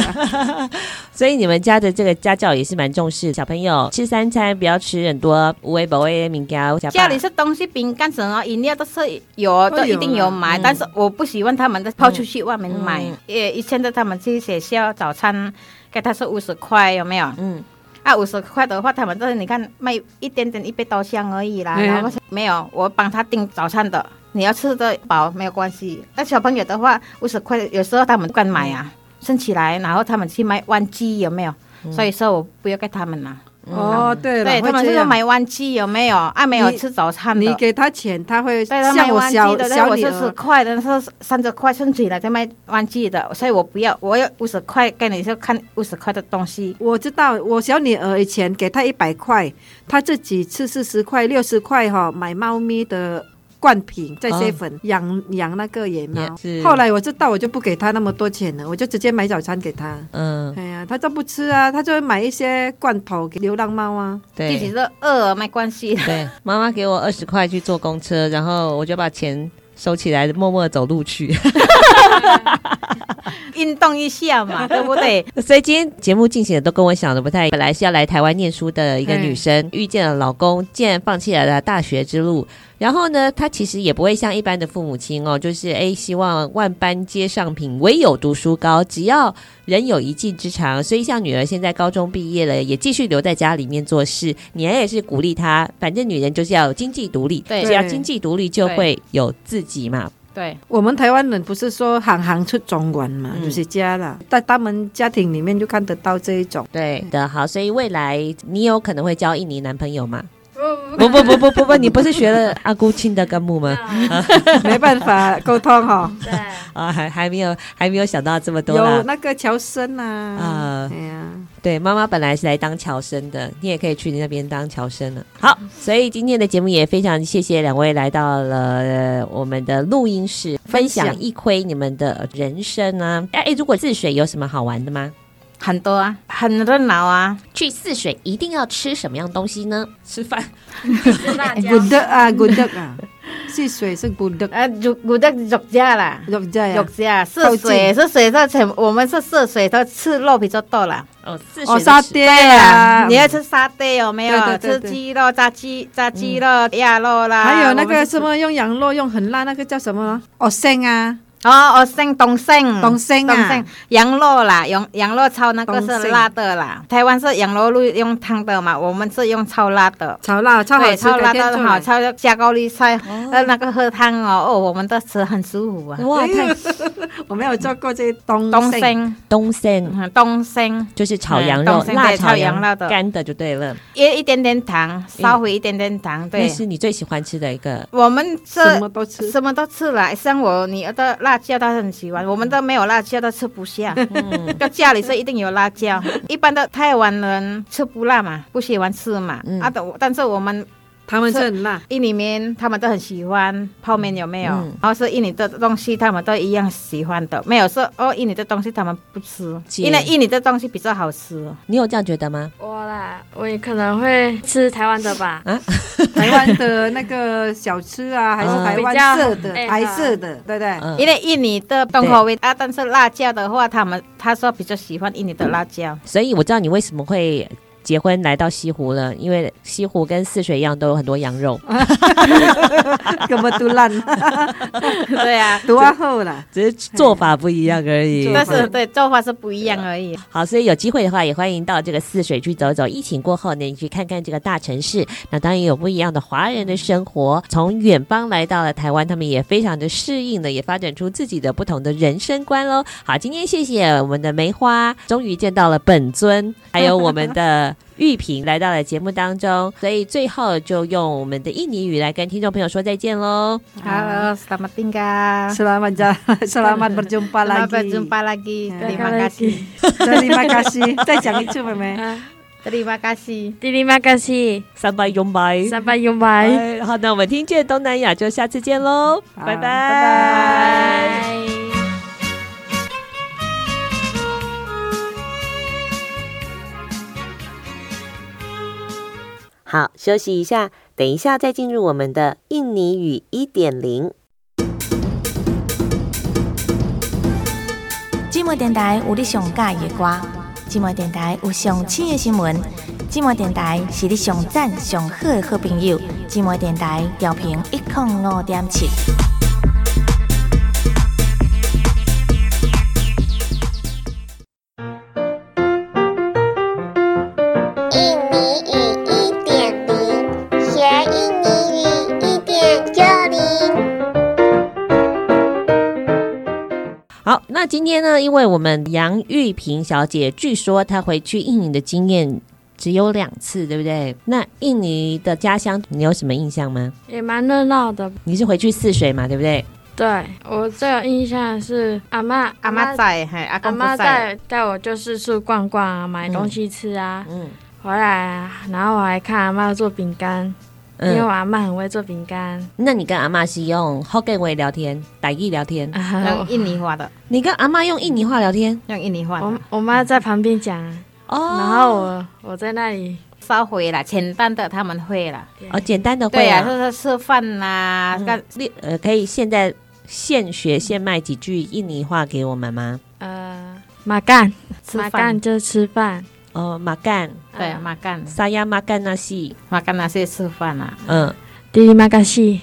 [SPEAKER 1] 所以你们家的这个家教也是蛮重视小朋友吃三餐，不要吃很多无为不为名家
[SPEAKER 3] 家里是东西，饼干什么饮料都是有，
[SPEAKER 2] 都
[SPEAKER 3] 都
[SPEAKER 2] 有
[SPEAKER 3] 一定有
[SPEAKER 2] 啦
[SPEAKER 3] 买。但是我不喜欢他们的跑出去外面买。也以前的他们去学校早餐，给他是五十块，有没有？
[SPEAKER 1] 嗯，
[SPEAKER 3] 啊，五十块的话，他们都是你看卖一点点一杯刀香而已啦，
[SPEAKER 2] 嗯
[SPEAKER 3] 然后没有我帮他订早餐的，你要吃得饱没有关系。那小朋友的话，五十块有时候他们不敢买啊，升起来，然后他们去买弯鸡有没有？所以说我不要给他们嘛。
[SPEAKER 2] 哦，对了，
[SPEAKER 3] 嗯对他
[SPEAKER 2] 会
[SPEAKER 3] 们
[SPEAKER 2] 这
[SPEAKER 3] 就是
[SPEAKER 2] 样。
[SPEAKER 3] 买弯鸡有没有？啊，没有
[SPEAKER 2] 你
[SPEAKER 3] 吃早餐的。
[SPEAKER 2] 你给他钱，他会
[SPEAKER 3] 对他卖
[SPEAKER 2] 像我
[SPEAKER 3] 玩具
[SPEAKER 2] 小
[SPEAKER 3] 的，但
[SPEAKER 2] 小啊
[SPEAKER 3] 我
[SPEAKER 2] 女
[SPEAKER 3] 是十
[SPEAKER 2] 儿，
[SPEAKER 3] 块的，是三十块，甚至了在卖玩具的，所以我不要，我要五十块给你，就看五十块的东西。
[SPEAKER 2] 我知道我小女儿以前给她一百块，她自己吃四十块、六十块哈、买猫咪的。罐品这些粉、养养那个野猫
[SPEAKER 1] 啊也是，
[SPEAKER 2] 后来我知道我就不给她那么多钱了，我就直接买早餐给她。
[SPEAKER 1] 嗯，
[SPEAKER 2] 哎呀，她就不吃啊，她就会买一些罐头给流浪猫啊。
[SPEAKER 3] 自
[SPEAKER 1] 对
[SPEAKER 3] 己是饿没关系啊的，
[SPEAKER 1] 对，妈妈给我二十块去坐公车，然后我就把钱收起来，默默走路去。
[SPEAKER 3] 运动一下嘛， 对不 对？
[SPEAKER 1] 所以今天节目进行的都跟我想的不太一样。本来是要来台湾念书的一
[SPEAKER 3] 嗯
[SPEAKER 1] 个女生，遇见了老公，竟然放弃了她大学之路。然后呢，她其实也不会像一般的父母亲哦，就是诶，希望万般皆上品，唯有读书高，只要人有一技之长。所以像女儿现在高中毕业了，也继续留在家里面做事。你也是鼓励她，反正女人就是要有经济独立，
[SPEAKER 3] 对
[SPEAKER 1] 只要经济独立就
[SPEAKER 3] 对
[SPEAKER 1] 会有自己嘛。
[SPEAKER 3] 对，
[SPEAKER 2] 我们台湾人不是说行行出状元嘛，
[SPEAKER 1] 嗯
[SPEAKER 2] 就是家啦，在他们家庭里面就看得到这一 种。
[SPEAKER 1] 对的，好，所以未来你有可能会交印尼男朋友吗？
[SPEAKER 4] 不
[SPEAKER 1] 不不不不不不，你不是学了阿姑亲的干木吗？
[SPEAKER 2] 没办法沟通哈、
[SPEAKER 4] 嗯对，
[SPEAKER 1] 啊，还还没有还没有想到这么多
[SPEAKER 2] 有
[SPEAKER 1] 啦。
[SPEAKER 2] 那个乔生啊，
[SPEAKER 1] 啊、
[SPEAKER 2] 哎呀，
[SPEAKER 1] 对，妈妈本来是来当侨生的，你也可以去那边当侨生了。好，所以今天的节目也非常谢谢两位来到了、呃我们的录音室，分享一窥你们的人生啊。哎、哎如果自水有什么好玩的吗？
[SPEAKER 3] 很多啊，很热闹啊，
[SPEAKER 1] 去泗水一定要吃什么样东西呢？吃饭。
[SPEAKER 4] 吃辣椒。
[SPEAKER 2] good 啊，good 啊，是水是 good
[SPEAKER 3] 呃，肉我的肉家啦。
[SPEAKER 2] 肉在
[SPEAKER 3] 肉
[SPEAKER 2] 呀，
[SPEAKER 3] 家
[SPEAKER 2] 啊靠
[SPEAKER 3] 涉
[SPEAKER 2] 近
[SPEAKER 3] 水，涉水到全，我们是涉水到吃肉比较多啦。
[SPEAKER 1] 哦，泗水
[SPEAKER 2] 哦，
[SPEAKER 1] 的
[SPEAKER 2] 沙
[SPEAKER 1] 吃
[SPEAKER 2] 爹啊，
[SPEAKER 3] 你要吃沙爹有没有？
[SPEAKER 2] 对对对对
[SPEAKER 3] 吃鸡肉、炸鸡、炸鸡肉、鸭肉
[SPEAKER 4] Ah,
[SPEAKER 3] 啦。
[SPEAKER 2] 还
[SPEAKER 4] oh,
[SPEAKER 2] 有那
[SPEAKER 3] 我
[SPEAKER 2] 个
[SPEAKER 3] 们是
[SPEAKER 2] 什么用羊肉用很辣那个叫什么？
[SPEAKER 4] Hmm.
[SPEAKER 2] 哦，生啊，
[SPEAKER 3] 哦哦，生东生
[SPEAKER 2] 东生
[SPEAKER 3] 东胜
[SPEAKER 2] 啊，
[SPEAKER 3] 羊肉啦，羊羊肉炒那个
[SPEAKER 2] 东
[SPEAKER 3] 是
[SPEAKER 2] 胜
[SPEAKER 3] 辣的啦。台湾是羊肉肉用烫的嘛，我们是用炒辣的。
[SPEAKER 2] 炒辣，超好
[SPEAKER 3] 对，
[SPEAKER 2] 吃，
[SPEAKER 3] 炒
[SPEAKER 2] 改
[SPEAKER 3] 辣
[SPEAKER 2] 天
[SPEAKER 3] 的
[SPEAKER 2] 做
[SPEAKER 3] 好，
[SPEAKER 2] 来
[SPEAKER 3] 炒加高丽菜，呃，那个喝汤哦，哦，我们都吃很舒服啊。
[SPEAKER 1] 哇，太
[SPEAKER 2] 我没有做过这东
[SPEAKER 3] 东
[SPEAKER 2] 胜，
[SPEAKER 3] 升，
[SPEAKER 1] 东森
[SPEAKER 3] 嗯东升，
[SPEAKER 1] 就是炒
[SPEAKER 3] 嗯
[SPEAKER 1] 羊
[SPEAKER 3] 东
[SPEAKER 1] 肉，
[SPEAKER 3] 森
[SPEAKER 1] 辣
[SPEAKER 3] 对
[SPEAKER 1] 炒
[SPEAKER 3] 炒
[SPEAKER 1] 羊
[SPEAKER 3] 羊肉的
[SPEAKER 1] 干的就对了。
[SPEAKER 3] 也一点点糖，稍微一点点糖，
[SPEAKER 1] 那
[SPEAKER 3] 对。
[SPEAKER 1] 是你最喜欢吃的一个
[SPEAKER 3] 我们这
[SPEAKER 2] 什么都 吃。
[SPEAKER 3] 什么都吃了，像我女儿的辣椒，她很喜欢。我们都没有辣椒，都吃不下。到家里是一定有辣椒。一般的台湾人吃不辣嘛，不喜欢吃嘛。
[SPEAKER 1] 嗯
[SPEAKER 3] 啊，但但是我们
[SPEAKER 2] 他们是很辣，
[SPEAKER 3] 印尼面他们都很喜欢泡面，有没有？
[SPEAKER 1] 嗯
[SPEAKER 3] 然后是印尼的东西，他们都一样喜欢的。没有说哦，印尼的东西他们不吃，
[SPEAKER 1] 姐
[SPEAKER 3] 因为印尼的东西比较好吃。
[SPEAKER 1] 你有这样觉得吗？
[SPEAKER 4] 我啦，我也可能会吃台湾的吧。
[SPEAKER 2] 台湾的那个小吃 啊，还是
[SPEAKER 1] 嗯
[SPEAKER 2] 台
[SPEAKER 4] 哦比
[SPEAKER 2] 湾
[SPEAKER 4] 较
[SPEAKER 2] 色的、
[SPEAKER 4] 哎
[SPEAKER 2] 白色的，对不对？
[SPEAKER 1] 嗯
[SPEAKER 3] 因为印尼的重口味啊，但是辣椒的话，他们他说比较喜欢印尼的辣椒。
[SPEAKER 1] 所以我知道你为什么会结婚来到西湖了，因为西湖跟泗水一样都有很多羊 肉，
[SPEAKER 3] 嗯
[SPEAKER 2] 根本都烂，
[SPEAKER 3] 对啊，
[SPEAKER 2] 都啊后 啦。
[SPEAKER 1] 只是做法不一样而已。
[SPEAKER 3] 但是对做法是不一样而已。
[SPEAKER 1] 好，所以有机会的话，也欢迎到这个泗水去走走。疫情过后呢，你去看看这个大城市，那当然有不一样的华人的生活。从远方来到了台湾，他们也非常的适应的，也发展出自己的不同的人生观喽。好，今天谢谢我们的梅花，终于见到了本尊，还有我们的。玉萍来到了节目当中，所以最后就用我们的印尼语来跟听众朋友说再见喽。
[SPEAKER 3] Halo, selamat tinggal.
[SPEAKER 2] Selamat jalan, selamat berjumpa
[SPEAKER 3] Selamat
[SPEAKER 2] lagi.
[SPEAKER 3] berjumpa lagi. Terima
[SPEAKER 4] Berjumpa lagi.
[SPEAKER 3] kasih.
[SPEAKER 2] Terima kasih. 再讲一次，妹妹。
[SPEAKER 3] Terima kasih.
[SPEAKER 4] 迪丽玛干西，
[SPEAKER 1] 三拜拥拜，
[SPEAKER 4] 三八拥白。
[SPEAKER 1] 哎好，那我们听见东南亚就下次见喽，
[SPEAKER 2] 好
[SPEAKER 1] 拜
[SPEAKER 2] 拜
[SPEAKER 4] 哎
[SPEAKER 1] 拜好，休息一下，等一下再进入我们的印尼语一点零。
[SPEAKER 7] 寂寞电台有你上喜欢的歌，寂寞电台有上新的新闻，寂寞电台是你上赞上好的好朋友。寂寞电台调频一点五点七。
[SPEAKER 8] 印尼语一点零，学印尼语一点就灵。
[SPEAKER 1] 那今天呢，因为我们杨玉萍小姐据说她回去印尼的经验只有两次，对不对？那印尼的家乡你有什么印象吗？
[SPEAKER 4] 也蛮热闹的。
[SPEAKER 1] 你是回去泗水嘛，对不对？
[SPEAKER 4] 对我最有印象的是阿妈，
[SPEAKER 3] 阿妈在，嘿，阿
[SPEAKER 4] 阿
[SPEAKER 3] 公
[SPEAKER 4] 妈
[SPEAKER 3] 不在，
[SPEAKER 4] 带带我就四处逛逛啊，买东西吃啊，
[SPEAKER 1] 嗯
[SPEAKER 4] 回来啊，然后我还看阿妈做饼干，因为我
[SPEAKER 1] 嗯，
[SPEAKER 4] 阿妈很会做饼干。
[SPEAKER 1] 那你跟阿妈是用 Hokkien 话聊天，傣语聊天？
[SPEAKER 4] 啊
[SPEAKER 3] 用
[SPEAKER 4] 我
[SPEAKER 3] 印尼话的，
[SPEAKER 1] 你跟阿妈用印尼话聊天？
[SPEAKER 3] 用印尼话的
[SPEAKER 4] 我，我妈在旁边讲，
[SPEAKER 1] 哦，
[SPEAKER 4] 然后我我在那里，
[SPEAKER 3] 稍微啦，简单的他们会啦。
[SPEAKER 1] 哦，简单的
[SPEAKER 3] 对
[SPEAKER 1] 会
[SPEAKER 3] 呀、
[SPEAKER 1] 啊，
[SPEAKER 3] 就是吃饭啦，
[SPEAKER 1] 嗯
[SPEAKER 3] 干
[SPEAKER 1] 例呃，可以现在现学现卖几句印尼话给我们吗？
[SPEAKER 4] 呃，马干，
[SPEAKER 3] 吃
[SPEAKER 4] 马
[SPEAKER 3] 饭
[SPEAKER 4] 干，就吃饭，
[SPEAKER 1] 哦，马干、
[SPEAKER 3] 对，
[SPEAKER 4] 呃
[SPEAKER 3] 马干
[SPEAKER 1] 沙亚马干那西，
[SPEAKER 3] 马干那些吃饭啦、
[SPEAKER 1] 嗯，
[SPEAKER 4] 弟弟马干西，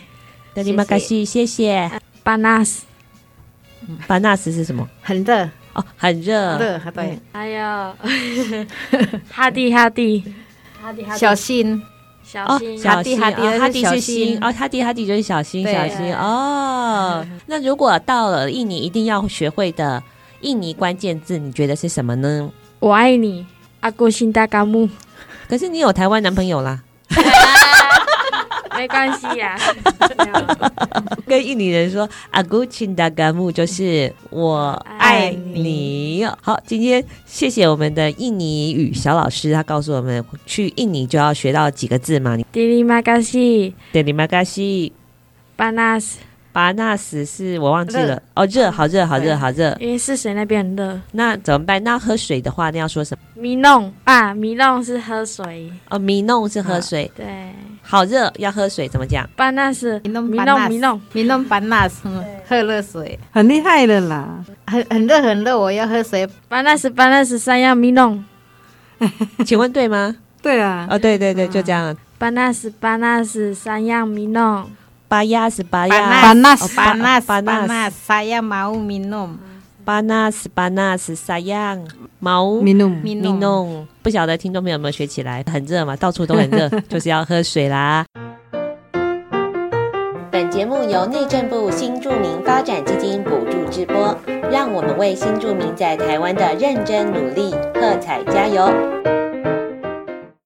[SPEAKER 1] 那你马干西，谢谢。
[SPEAKER 4] 巴纳斯，
[SPEAKER 1] 巴纳斯是什么？
[SPEAKER 3] 很热
[SPEAKER 1] 哦，很热，
[SPEAKER 3] 热，对，
[SPEAKER 4] 还有哈蒂哈蒂，哈蒂哈蒂，
[SPEAKER 3] 小心，
[SPEAKER 4] 小
[SPEAKER 1] 哦，
[SPEAKER 4] 心，
[SPEAKER 1] 小心，
[SPEAKER 3] 哈蒂
[SPEAKER 1] 哦哈
[SPEAKER 3] 哈
[SPEAKER 1] 蒂
[SPEAKER 3] 蒂
[SPEAKER 1] 是
[SPEAKER 3] 是
[SPEAKER 1] 心，
[SPEAKER 3] 小心
[SPEAKER 1] 哦，哈蒂哈蒂就是小心，
[SPEAKER 3] 对嗯
[SPEAKER 1] 小心哦。那如果到了印尼，一定要学会的印尼关键字，你觉得是什么呢？
[SPEAKER 4] 我爱你，啊阿古辛大嘎木，
[SPEAKER 1] 可是你有台湾男朋友啦，
[SPEAKER 4] 没关系呀、没有
[SPEAKER 1] 跟印尼人说阿古钦达嘎木，就是我嗯爱
[SPEAKER 4] 爱
[SPEAKER 1] 你。好，今天谢谢我们的印尼语小老师，他告诉我们去印尼就要学到几个字嘛。你
[SPEAKER 4] 弟弟马干西，
[SPEAKER 1] 德里玛嘎西
[SPEAKER 4] 巴纳斯，
[SPEAKER 1] 巴纳斯是我忘记了哦，热，好热，好热，好热。
[SPEAKER 4] 因为泗水那边很热。
[SPEAKER 1] 那怎么办？那喝水的话，那要说什么？
[SPEAKER 4] 米弄啊，米弄是喝水，
[SPEAKER 1] 哦，米弄是喝水，
[SPEAKER 4] 对，
[SPEAKER 1] 好热，要喝水，怎么讲？
[SPEAKER 4] 巴纳斯，
[SPEAKER 3] 米弄
[SPEAKER 4] 米
[SPEAKER 3] 巴
[SPEAKER 4] 弄
[SPEAKER 3] 纳
[SPEAKER 4] 米弄，
[SPEAKER 3] 你弄板纳什么？喝热水，
[SPEAKER 2] 很厉害的啦。
[SPEAKER 3] 很很热很热，我要喝水。
[SPEAKER 4] 巴纳斯巴纳斯三样米弄，
[SPEAKER 1] 请问对吗？
[SPEAKER 2] 对啊，
[SPEAKER 1] 哦，对对对，就这样。
[SPEAKER 4] 巴纳斯巴纳斯三样米弄，
[SPEAKER 1] 巴亚是巴亚，
[SPEAKER 3] 巴
[SPEAKER 2] 纳
[SPEAKER 1] 斯
[SPEAKER 3] 巴纳
[SPEAKER 1] 巴
[SPEAKER 3] 巴
[SPEAKER 1] 纳斯
[SPEAKER 3] 纳，saya mau minum
[SPEAKER 1] 巴纳斯巴纳斯沙样毛
[SPEAKER 2] 米努姆，
[SPEAKER 1] 米
[SPEAKER 3] minum。
[SPEAKER 1] 弄，不晓得听众朋友有没有学起来？很热嘛，到处都很 热，就是要喝水啦。本节目由内政部新住民发展基金补助直播，让我们为新住民在台湾的认真努力喝彩加油。